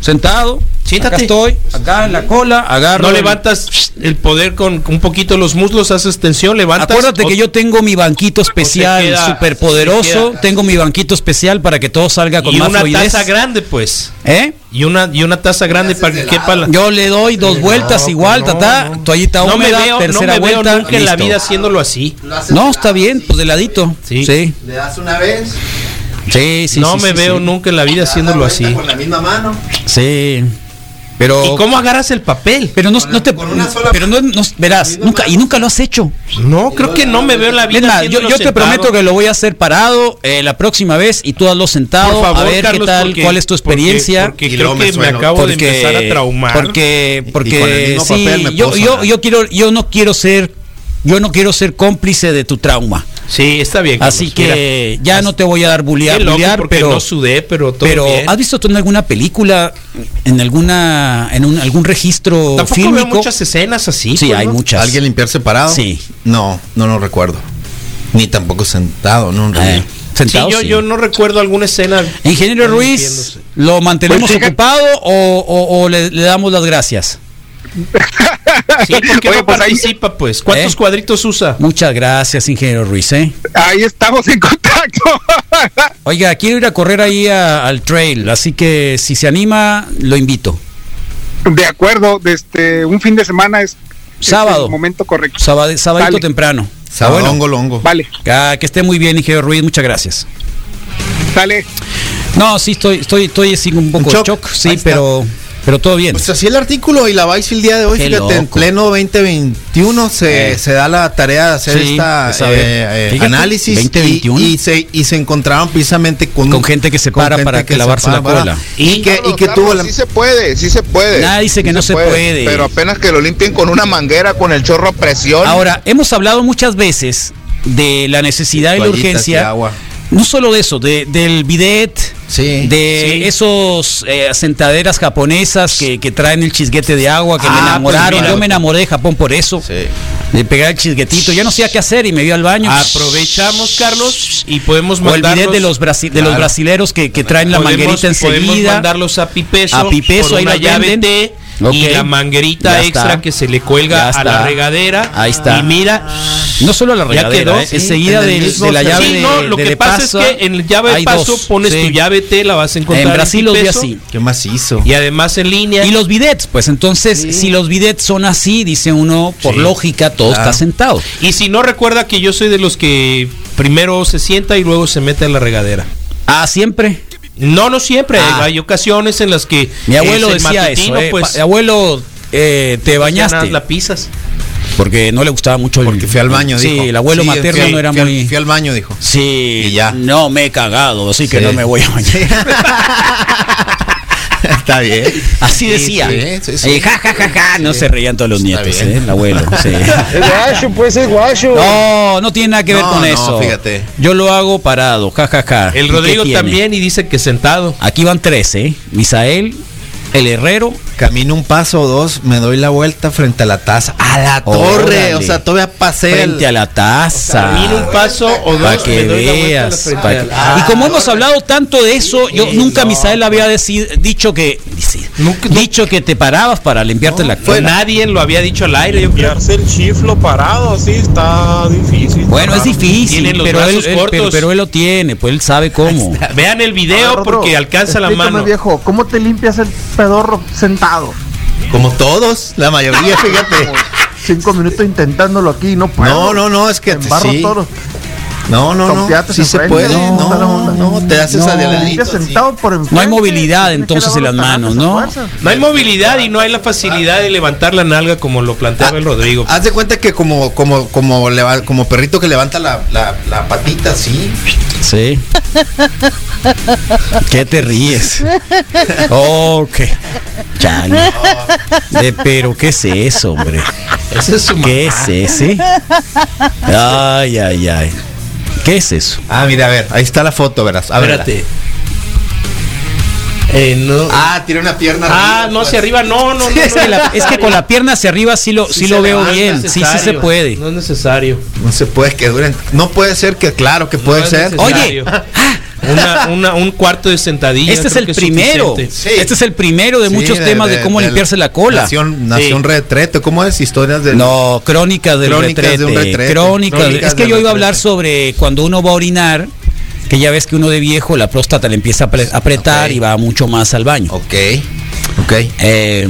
Speaker 2: Sentado.
Speaker 3: Siéntate.
Speaker 2: Acá estoy, acá en la cola, agarro.
Speaker 3: No
Speaker 2: el-
Speaker 3: levantas el poder con, con un poquito los muslos, haces tensión, levantas.
Speaker 2: Acuérdate
Speaker 3: o-
Speaker 2: que yo tengo mi banquito especial,
Speaker 3: queda-
Speaker 2: súper
Speaker 3: se
Speaker 2: poderoso.
Speaker 3: queda-
Speaker 2: Tengo mi banquito especial para que todo salga con
Speaker 3: y
Speaker 2: más
Speaker 3: una
Speaker 2: fluidez.
Speaker 3: taza grande, pues.
Speaker 2: ¿Eh?
Speaker 3: Y una y una taza grande para que quepa la
Speaker 2: Yo le doy dos vueltas igual, tatá, toallita
Speaker 3: No me
Speaker 2: húmeda,
Speaker 3: veo,
Speaker 2: tercera
Speaker 3: no me
Speaker 2: vuelta.
Speaker 3: veo nunca en la
Speaker 2: listo.
Speaker 3: vida haciéndolo así.
Speaker 2: No, está bien, pues de ladito.
Speaker 3: Sí.
Speaker 2: Sí. Sí,
Speaker 5: Le das una vez.
Speaker 2: sí, sí.
Speaker 3: no
Speaker 2: sí,
Speaker 3: me
Speaker 2: sí.
Speaker 3: veo nunca en la vida haciéndolo así.
Speaker 5: la misma mano.
Speaker 2: Sí. Pero.
Speaker 3: ¿Y cómo agarras el papel?
Speaker 2: Pero no, no te.
Speaker 5: con una sola-
Speaker 2: Pero no, no- verás, nunca, y nunca lo has hecho.
Speaker 3: No, creo que no me veo en la
Speaker 2: Es
Speaker 3: vida.
Speaker 2: más, yo,
Speaker 3: haciéndolo
Speaker 2: yo te
Speaker 3: sentado.
Speaker 2: prometo que lo voy a hacer parado eh, la próxima vez y tú hazlo sentado
Speaker 3: Por favor,
Speaker 2: a ver
Speaker 3: Carlos,
Speaker 2: qué tal,
Speaker 3: porque-
Speaker 2: cuál es tu
Speaker 3: porque-
Speaker 2: experiencia.
Speaker 3: Porque,
Speaker 5: Y
Speaker 3: creo
Speaker 5: luego me
Speaker 3: que me
Speaker 5: sueno.
Speaker 3: acabo de empezar a traumar.
Speaker 2: Porque,
Speaker 5: Y- y con el
Speaker 2: porque
Speaker 5: mismo
Speaker 2: sí,
Speaker 5: papel me
Speaker 2: yo,
Speaker 5: puedo
Speaker 2: yo,
Speaker 5: sonar.
Speaker 2: yo quiero, yo no quiero ser, yo no quiero ser cómplice de tu trauma.
Speaker 3: sí, está bien. Carlos,
Speaker 2: Así
Speaker 3: mira.
Speaker 2: que ya no te voy a dar
Speaker 3: Qué
Speaker 2: bulear,
Speaker 3: loco,
Speaker 2: bulear,
Speaker 3: porque
Speaker 2: pero.
Speaker 3: no sudé, pero todo
Speaker 2: pero
Speaker 3: bien.
Speaker 2: ¿has visto tú en alguna película, en alguna, en un- algún registro
Speaker 3: Tampoco veo
Speaker 2: fílmico? Eh,
Speaker 3: muchas escenas así.
Speaker 2: sí,
Speaker 3: pues,
Speaker 2: hay
Speaker 3: ¿no?
Speaker 2: muchas.
Speaker 5: ¿Alguien limpiarse parado?
Speaker 2: Sí.
Speaker 5: No, no lo recuerdo. Ni tampoco sentado, no.
Speaker 2: Eh,
Speaker 5: no.
Speaker 3: Sí,
Speaker 2: sentado,
Speaker 3: yo,
Speaker 2: sí.
Speaker 3: yo no recuerdo alguna escena.
Speaker 2: Ingeniero Ruiz,
Speaker 3: Limpiándose.
Speaker 2: ¿lo mantenemos
Speaker 4: Pues, fíjate-
Speaker 2: ocupado o, o- o le, le damos las gracias?
Speaker 3: Sí, ¿por qué
Speaker 1: Oye,
Speaker 3: no
Speaker 1: pues ahí-
Speaker 3: participa, pues? ¿Cuántos
Speaker 2: ¿Eh?
Speaker 3: cuadritos usa?
Speaker 2: Muchas gracias, ingeniero Ruiz. ¿eh?
Speaker 1: ahí estamos en contacto.
Speaker 2: Oiga, quiero ir a correr ahí a- al trail, así que si se anima, lo invito.
Speaker 1: De acuerdo, desde un fin de semana es, es
Speaker 2: Sábado.
Speaker 1: el momento correcto.
Speaker 2: Sábado sabadito
Speaker 1: Dale.
Speaker 2: temprano.
Speaker 5: Sabadongo, longo.
Speaker 1: Vale,
Speaker 2: Ah, que esté muy bien, ingeniero Ruiz, muchas gracias.
Speaker 1: sale.
Speaker 2: No, sí, estoy, estoy, estoy así un poco
Speaker 5: En
Speaker 2: shock,
Speaker 5: shock.
Speaker 2: shock sí,
Speaker 5: Ahí está.
Speaker 2: pero, pero todo bien.
Speaker 5: Pues así el artículo y la Vice el día de hoy,
Speaker 2: Qué
Speaker 5: fíjate, en
Speaker 2: loco.
Speaker 5: pleno 2021 se,
Speaker 2: Eh.
Speaker 5: se da la tarea de hacer
Speaker 2: Sí,
Speaker 5: esta
Speaker 2: de saber.
Speaker 5: eh, eh,
Speaker 2: Fíjate,
Speaker 5: análisis
Speaker 2: 2021.
Speaker 5: Y, y se, y se encontraron precisamente con,
Speaker 2: Con gente que se para
Speaker 5: gente
Speaker 2: para que
Speaker 5: se
Speaker 2: lavarse la
Speaker 5: para.
Speaker 2: cola.
Speaker 5: Y que, y que tuvo la...
Speaker 10: Sí se puede, sí se puede.
Speaker 2: Nadie dice que no se puede.
Speaker 10: Pero apenas que lo limpien con una manguera, con el chorro a presión.
Speaker 2: Ahora, hemos hablado muchas veces de la necesidad y la
Speaker 5: Toallitas y
Speaker 2: urgencia.
Speaker 5: agua.
Speaker 2: No solo de eso, de- del bidet,
Speaker 5: Sí.
Speaker 2: de
Speaker 3: Sí.
Speaker 2: esos eh, sentaderas japonesas que, que traen el chisguete de agua, que me
Speaker 5: Ah,
Speaker 2: enamoraron.
Speaker 5: pues mira.
Speaker 2: Yo me enamoré de Japón por eso.
Speaker 5: Sí.
Speaker 2: De pegar el chisguetito. Ya no sabía qué hacer y me vio al baño.
Speaker 3: Aprovechamos, Carlos, y podemos
Speaker 2: O el
Speaker 3: mandarlos.
Speaker 2: bidet de los, brasi- de los
Speaker 5: Claro.
Speaker 2: brasileros que, que traen la
Speaker 3: podemos-
Speaker 2: manguerita
Speaker 3: Podemos
Speaker 2: enseguida.
Speaker 3: mandarlos a Pipeso.
Speaker 2: A Pipeso,
Speaker 3: por
Speaker 2: ahí
Speaker 3: una
Speaker 2: los
Speaker 3: llave
Speaker 2: venden.
Speaker 3: T
Speaker 2: Ok.
Speaker 3: y la manguerita
Speaker 2: Ya
Speaker 3: extra
Speaker 2: está.
Speaker 3: que se le cuelga
Speaker 2: Ya
Speaker 3: a
Speaker 2: está.
Speaker 3: la regadera.
Speaker 2: Ahí está.
Speaker 3: Y mira,
Speaker 2: No solo la regadera,
Speaker 3: quedó,
Speaker 2: eh,
Speaker 3: sí,
Speaker 2: enseguida
Speaker 5: en el
Speaker 2: del- de,
Speaker 5: mismo
Speaker 2: la llave
Speaker 3: sí,
Speaker 2: de,
Speaker 3: no, lo
Speaker 2: de-
Speaker 3: que
Speaker 2: de
Speaker 3: pasa
Speaker 2: paso,
Speaker 3: es que en el llave
Speaker 2: hay
Speaker 3: paso
Speaker 2: dos,
Speaker 3: pones
Speaker 2: sí.
Speaker 3: tu llave T, la vas a encontrar
Speaker 2: En Brasil los vi
Speaker 3: Pipeso,
Speaker 2: así.
Speaker 5: ¿Qué más hizo?
Speaker 3: Y además en línea.
Speaker 2: Y los bidets, pues entonces, si los bidets son así, dice uno, por
Speaker 5: Sí.
Speaker 2: lógica, todo
Speaker 5: Claro.
Speaker 2: está sentado.
Speaker 3: Y si no recuerda que yo soy de los que primero se sienta y luego se mete a la regadera.
Speaker 2: Ah, siempre.
Speaker 3: No, no siempre.
Speaker 2: Ah.
Speaker 3: Hay ocasiones en las que
Speaker 2: Mi abuelo
Speaker 3: es el
Speaker 2: decía
Speaker 3: matutino,
Speaker 2: eso. eh,
Speaker 3: pues,
Speaker 2: pa- abuelo, eh, te
Speaker 3: ya
Speaker 2: bañaste.
Speaker 3: nada, la pisas.
Speaker 2: Porque no le gustaba mucho el.
Speaker 5: Porque fui al baño,
Speaker 2: Sí,
Speaker 5: dijo.
Speaker 2: el abuelo
Speaker 5: Sí,
Speaker 2: materno
Speaker 5: fui-
Speaker 2: no era
Speaker 5: fui al-
Speaker 2: muy.
Speaker 5: Fui al baño, dijo.
Speaker 2: Sí,
Speaker 5: Y ya.
Speaker 2: no me he cagado, así que
Speaker 5: Sí.
Speaker 2: no me voy a bañar.
Speaker 5: Está bien.
Speaker 2: Así
Speaker 5: Sí,
Speaker 2: decía.
Speaker 5: sí, sí, sí.
Speaker 2: Eh, ja, ja, ja, ja. No se reían todos los
Speaker 5: Está
Speaker 2: nietos,
Speaker 5: bien.
Speaker 2: eh, el abuelo. sí.
Speaker 9: Es guacho, pues es guacho.
Speaker 2: No, no tiene nada que ver
Speaker 5: No,
Speaker 2: con
Speaker 5: no,
Speaker 2: eso.
Speaker 5: fíjate.
Speaker 2: Yo lo hago parado, jajaja.
Speaker 3: El Rodrigo también y dice que sentado.
Speaker 2: Aquí van tres, ¿eh? Misael, el herrero.
Speaker 5: Camino un paso o dos, me doy la vuelta frente a la taza. Ah, A la torre,
Speaker 2: Órale.
Speaker 5: o sea, todavía pasé el-
Speaker 2: Frente a la taza.
Speaker 3: Camino un paso o dos.
Speaker 2: Para que
Speaker 3: me doy la vuelta a la
Speaker 2: veas.
Speaker 3: frente Ah,
Speaker 2: pa'
Speaker 3: a
Speaker 2: que-
Speaker 3: la-
Speaker 2: y como hemos hablado tanto de eso, yo nunca Misael había deci- dicho que dici-
Speaker 3: Nunca-
Speaker 2: dicho que te parabas para limpiarte la
Speaker 3: Fue-
Speaker 2: cola.
Speaker 3: nadie lo había dicho al aire, yo creo.
Speaker 9: Hacer chiflo parado, sí, está difícil.
Speaker 2: Bueno,
Speaker 3: Ah,
Speaker 2: es difícil,
Speaker 3: Tiene los
Speaker 2: pero él,
Speaker 3: brazos
Speaker 2: él-
Speaker 3: cortos.
Speaker 2: pero, pero él lo tiene, pues él sabe cómo.
Speaker 3: Vean el
Speaker 2: Ah,
Speaker 3: video porque alcanza la mano.
Speaker 7: viejo, ¿cómo te limpias el pedorro sentado?
Speaker 5: Como todos, la mayoría, fíjate.
Speaker 7: Cinco minutos intentándolo aquí, no
Speaker 5: No, no, no, es que te-
Speaker 7: Embarro
Speaker 5: sí.
Speaker 7: todo.
Speaker 5: No, no, no.
Speaker 7: Trompeates
Speaker 5: Sí
Speaker 7: en
Speaker 5: se
Speaker 7: frente,
Speaker 5: puede.
Speaker 7: ¿no?
Speaker 5: No,
Speaker 7: Mala
Speaker 5: no,
Speaker 7: onda.
Speaker 5: te haces
Speaker 2: No.
Speaker 5: adelanito.
Speaker 7: Limpias
Speaker 5: así.
Speaker 7: sentado por enfrente.
Speaker 2: No hay movilidad
Speaker 7: Tienes que
Speaker 2: entonces en
Speaker 7: lavar
Speaker 2: las
Speaker 7: los
Speaker 2: manos,
Speaker 7: tanates a
Speaker 2: ¿no?
Speaker 7: fuerza.
Speaker 3: No hay movilidad y no hay la facilidad de levantar la nalga como lo planteaba el Rodrigo.
Speaker 2: Ah,
Speaker 5: Haz de cuenta que como, como, como, leva- como perrito que levanta la, la, la patita así.
Speaker 2: Sí. ¿Qué te ríes? Ok. Chale. De, pero ¿qué es eso, hombre?
Speaker 3: Ese es su ma-
Speaker 2: ¿Qué ah, es ese? Ay, ay, ay. ¿Qué es eso?
Speaker 5: Ah, mira, a ver, ahí está la foto, verás. A ver.
Speaker 3: Espérate. Eh, no. Ah,
Speaker 5: Ah, tira una pierna. arriba,
Speaker 3: no
Speaker 5: pues.
Speaker 3: hacia arriba, no, no, no.
Speaker 2: Ah, Es que, la- es que con la pierna hacia arriba sí lo, sí lo
Speaker 3: se
Speaker 2: veo
Speaker 3: levanta,
Speaker 2: bien.
Speaker 3: es
Speaker 2: Sí, sí se
Speaker 3: necesario.
Speaker 2: puede.
Speaker 3: No es necesario.
Speaker 5: No se puede que duren. No puede ser que, claro que puede
Speaker 3: No es
Speaker 5: ser.
Speaker 3: necesario. Una- una- un cuarto de sentadilla.
Speaker 2: ah. Este es
Speaker 3: creo
Speaker 2: el
Speaker 3: que
Speaker 2: primero.
Speaker 3: suficiente.
Speaker 5: Sí.
Speaker 2: Este es el primero de
Speaker 5: Sí,
Speaker 2: muchos temas de, cómo
Speaker 5: del
Speaker 2: limpiarse la cola.
Speaker 5: Nación, nación
Speaker 3: Sí.
Speaker 5: Retreto, ¿cómo es? Historias de.
Speaker 2: No, crónicas del
Speaker 5: Crónicas
Speaker 2: retrete.
Speaker 5: de un retrete.
Speaker 2: Crónicas.
Speaker 5: Crónicas
Speaker 2: es que
Speaker 5: del
Speaker 2: yo iba a
Speaker 5: retrete.
Speaker 2: hablar sobre cuando uno va a orinar, que ya ves que uno de viejo la próstata le empieza a apre- apretar
Speaker 5: Ok.
Speaker 2: y va mucho más al baño.
Speaker 5: Ok, ok.
Speaker 2: Eh,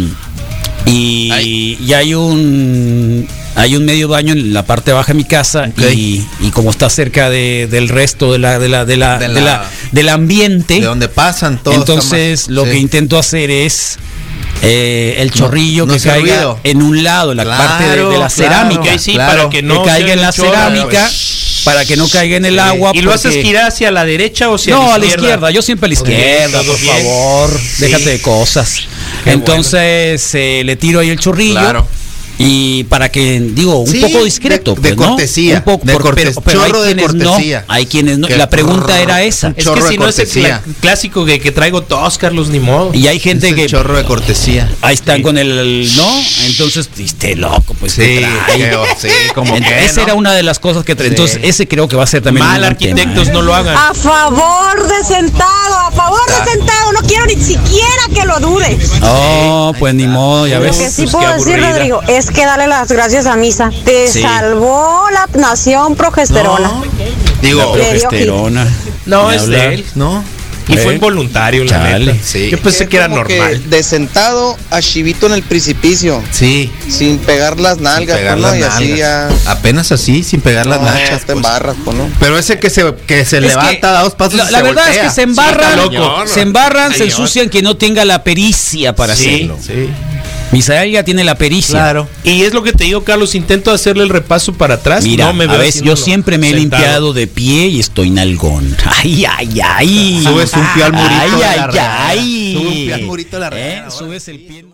Speaker 2: y, y hay un hay un medio baño en la parte baja de mi casa
Speaker 5: Ok.
Speaker 2: y, y como está cerca de- del resto de la, de la, de la,
Speaker 5: De
Speaker 2: de
Speaker 5: la-
Speaker 2: la- del ambiente,
Speaker 5: De donde pasan todos.
Speaker 2: entonces
Speaker 5: está mal.
Speaker 2: lo
Speaker 5: Sí.
Speaker 2: que intento hacer es eh, el chorrillo
Speaker 5: no
Speaker 2: que
Speaker 5: hacer
Speaker 2: caiga
Speaker 5: ruido.
Speaker 2: en un lado, en la
Speaker 5: Claro,
Speaker 2: parte de, de la
Speaker 5: claro,
Speaker 2: cerámica,
Speaker 3: Ok, sí,
Speaker 5: claro.
Speaker 3: para que
Speaker 2: que
Speaker 3: no
Speaker 2: caiga
Speaker 3: sea
Speaker 2: en la
Speaker 3: un chorro.
Speaker 2: cerámica para que no caiga en el agua.
Speaker 3: ¿Y lo haces
Speaker 2: porque-
Speaker 3: girar hacia la derecha o hacia
Speaker 2: no, a la izquierda, yo siempre a la
Speaker 3: Ok,
Speaker 2: izquierda,
Speaker 3: todo
Speaker 2: por
Speaker 3: bien.
Speaker 2: favor, déjate de cosas.
Speaker 3: Qué
Speaker 2: Entonces eh, le tiro ahí el chorrillo.
Speaker 5: Claro.
Speaker 2: Y para que, digo, un
Speaker 5: Sí,
Speaker 2: poco discreto.
Speaker 5: de- de
Speaker 2: pues, ¿no?
Speaker 5: cortesía,
Speaker 2: Un poco,
Speaker 5: de
Speaker 2: por-
Speaker 5: cortes-
Speaker 2: pero, pero hay
Speaker 5: chorro de
Speaker 2: quienes
Speaker 5: cortesía.
Speaker 2: no. Hay quienes no.
Speaker 5: Que
Speaker 2: La pregunta
Speaker 5: prrr,
Speaker 2: era esa.
Speaker 5: un
Speaker 3: Es que
Speaker 5: Chorro
Speaker 3: si
Speaker 5: de
Speaker 3: no es el
Speaker 5: cortesía.
Speaker 3: cla- clásico que, que traigo todos, Carlos, ni modo.
Speaker 2: Y hay gente
Speaker 5: Es el
Speaker 2: que.
Speaker 5: chorro de cortesía.
Speaker 2: Ahí están con el, el no. Entonces, este loco, pues. ¿qué trae?
Speaker 5: creo, sí, como
Speaker 2: Ent-
Speaker 5: que,
Speaker 2: esa
Speaker 5: ¿no?
Speaker 2: era una de las cosas que. tra- Entonces, ese creo que va a ser también. un
Speaker 3: Mal,
Speaker 2: buen tema,
Speaker 3: arquitectos,
Speaker 2: ¿eh?
Speaker 3: no lo hagan.
Speaker 8: A favor de sentado, a favor
Speaker 3: Ah.
Speaker 8: de sentado. No quiero ni siquiera que lo dude.
Speaker 2: Oh, pues ni modo, ya
Speaker 8: Lo
Speaker 2: ves.
Speaker 8: que sí
Speaker 3: pues, qué
Speaker 8: puedo decir,
Speaker 3: aburrida.
Speaker 8: Rodrigo, es tienes que darle las gracias a Misa. Te
Speaker 2: Sí.
Speaker 8: salvó la nación progesterona.
Speaker 5: Digo,
Speaker 8: Le dio
Speaker 2: progesterona.
Speaker 3: No,
Speaker 2: Ni
Speaker 3: es
Speaker 2: hablar.
Speaker 3: de él.
Speaker 5: ¿no?
Speaker 3: Y fue
Speaker 2: Eh.
Speaker 3: involuntario, la
Speaker 2: Chale.
Speaker 3: neta.
Speaker 5: Sí.
Speaker 3: Yo pensé que era normal.
Speaker 10: de sentado a Chivito en el precipicio,
Speaker 5: Sí.
Speaker 10: sin pegar las
Speaker 5: Sin
Speaker 10: nalgas,
Speaker 5: pegar
Speaker 10: pues, ¿no?
Speaker 5: las
Speaker 10: y así ya.
Speaker 5: nalgas. Apenas así, sin pegar las
Speaker 10: no,
Speaker 5: nachas.
Speaker 10: hasta en
Speaker 5: pues.
Speaker 10: barras, pues, ¿no?
Speaker 5: Pero ese que se, que se
Speaker 2: Es que
Speaker 5: levanta, da dos pasos.
Speaker 2: La,
Speaker 5: y
Speaker 2: la
Speaker 5: se
Speaker 2: verdad
Speaker 5: voltea.
Speaker 2: es que se embarran,
Speaker 5: Sí, está loco.
Speaker 2: se embarran, se
Speaker 5: Señor.
Speaker 2: ensucian que no tenga la pericia para
Speaker 3: Sí,
Speaker 2: hacerlo.
Speaker 5: Sí,
Speaker 2: Misael ya tiene la pericia.
Speaker 5: claro.
Speaker 3: Y es lo que te digo, Carlos, intento hacerle el repaso para
Speaker 5: Ah,
Speaker 3: atrás.
Speaker 2: Mira,
Speaker 3: no me
Speaker 2: a
Speaker 3: veo
Speaker 2: veces yo
Speaker 3: haciéndolo
Speaker 2: siempre me he
Speaker 3: sentado.
Speaker 2: limpiado de pie y estoy nalgón. Ay, ay, ay.
Speaker 5: Subes un pie al murito de la
Speaker 2: Ay, ay,
Speaker 5: regadera.
Speaker 2: ay.
Speaker 5: Subes un pie al murito de la regadera,
Speaker 2: ¿Eh?
Speaker 5: ahora
Speaker 2: Subes el pie.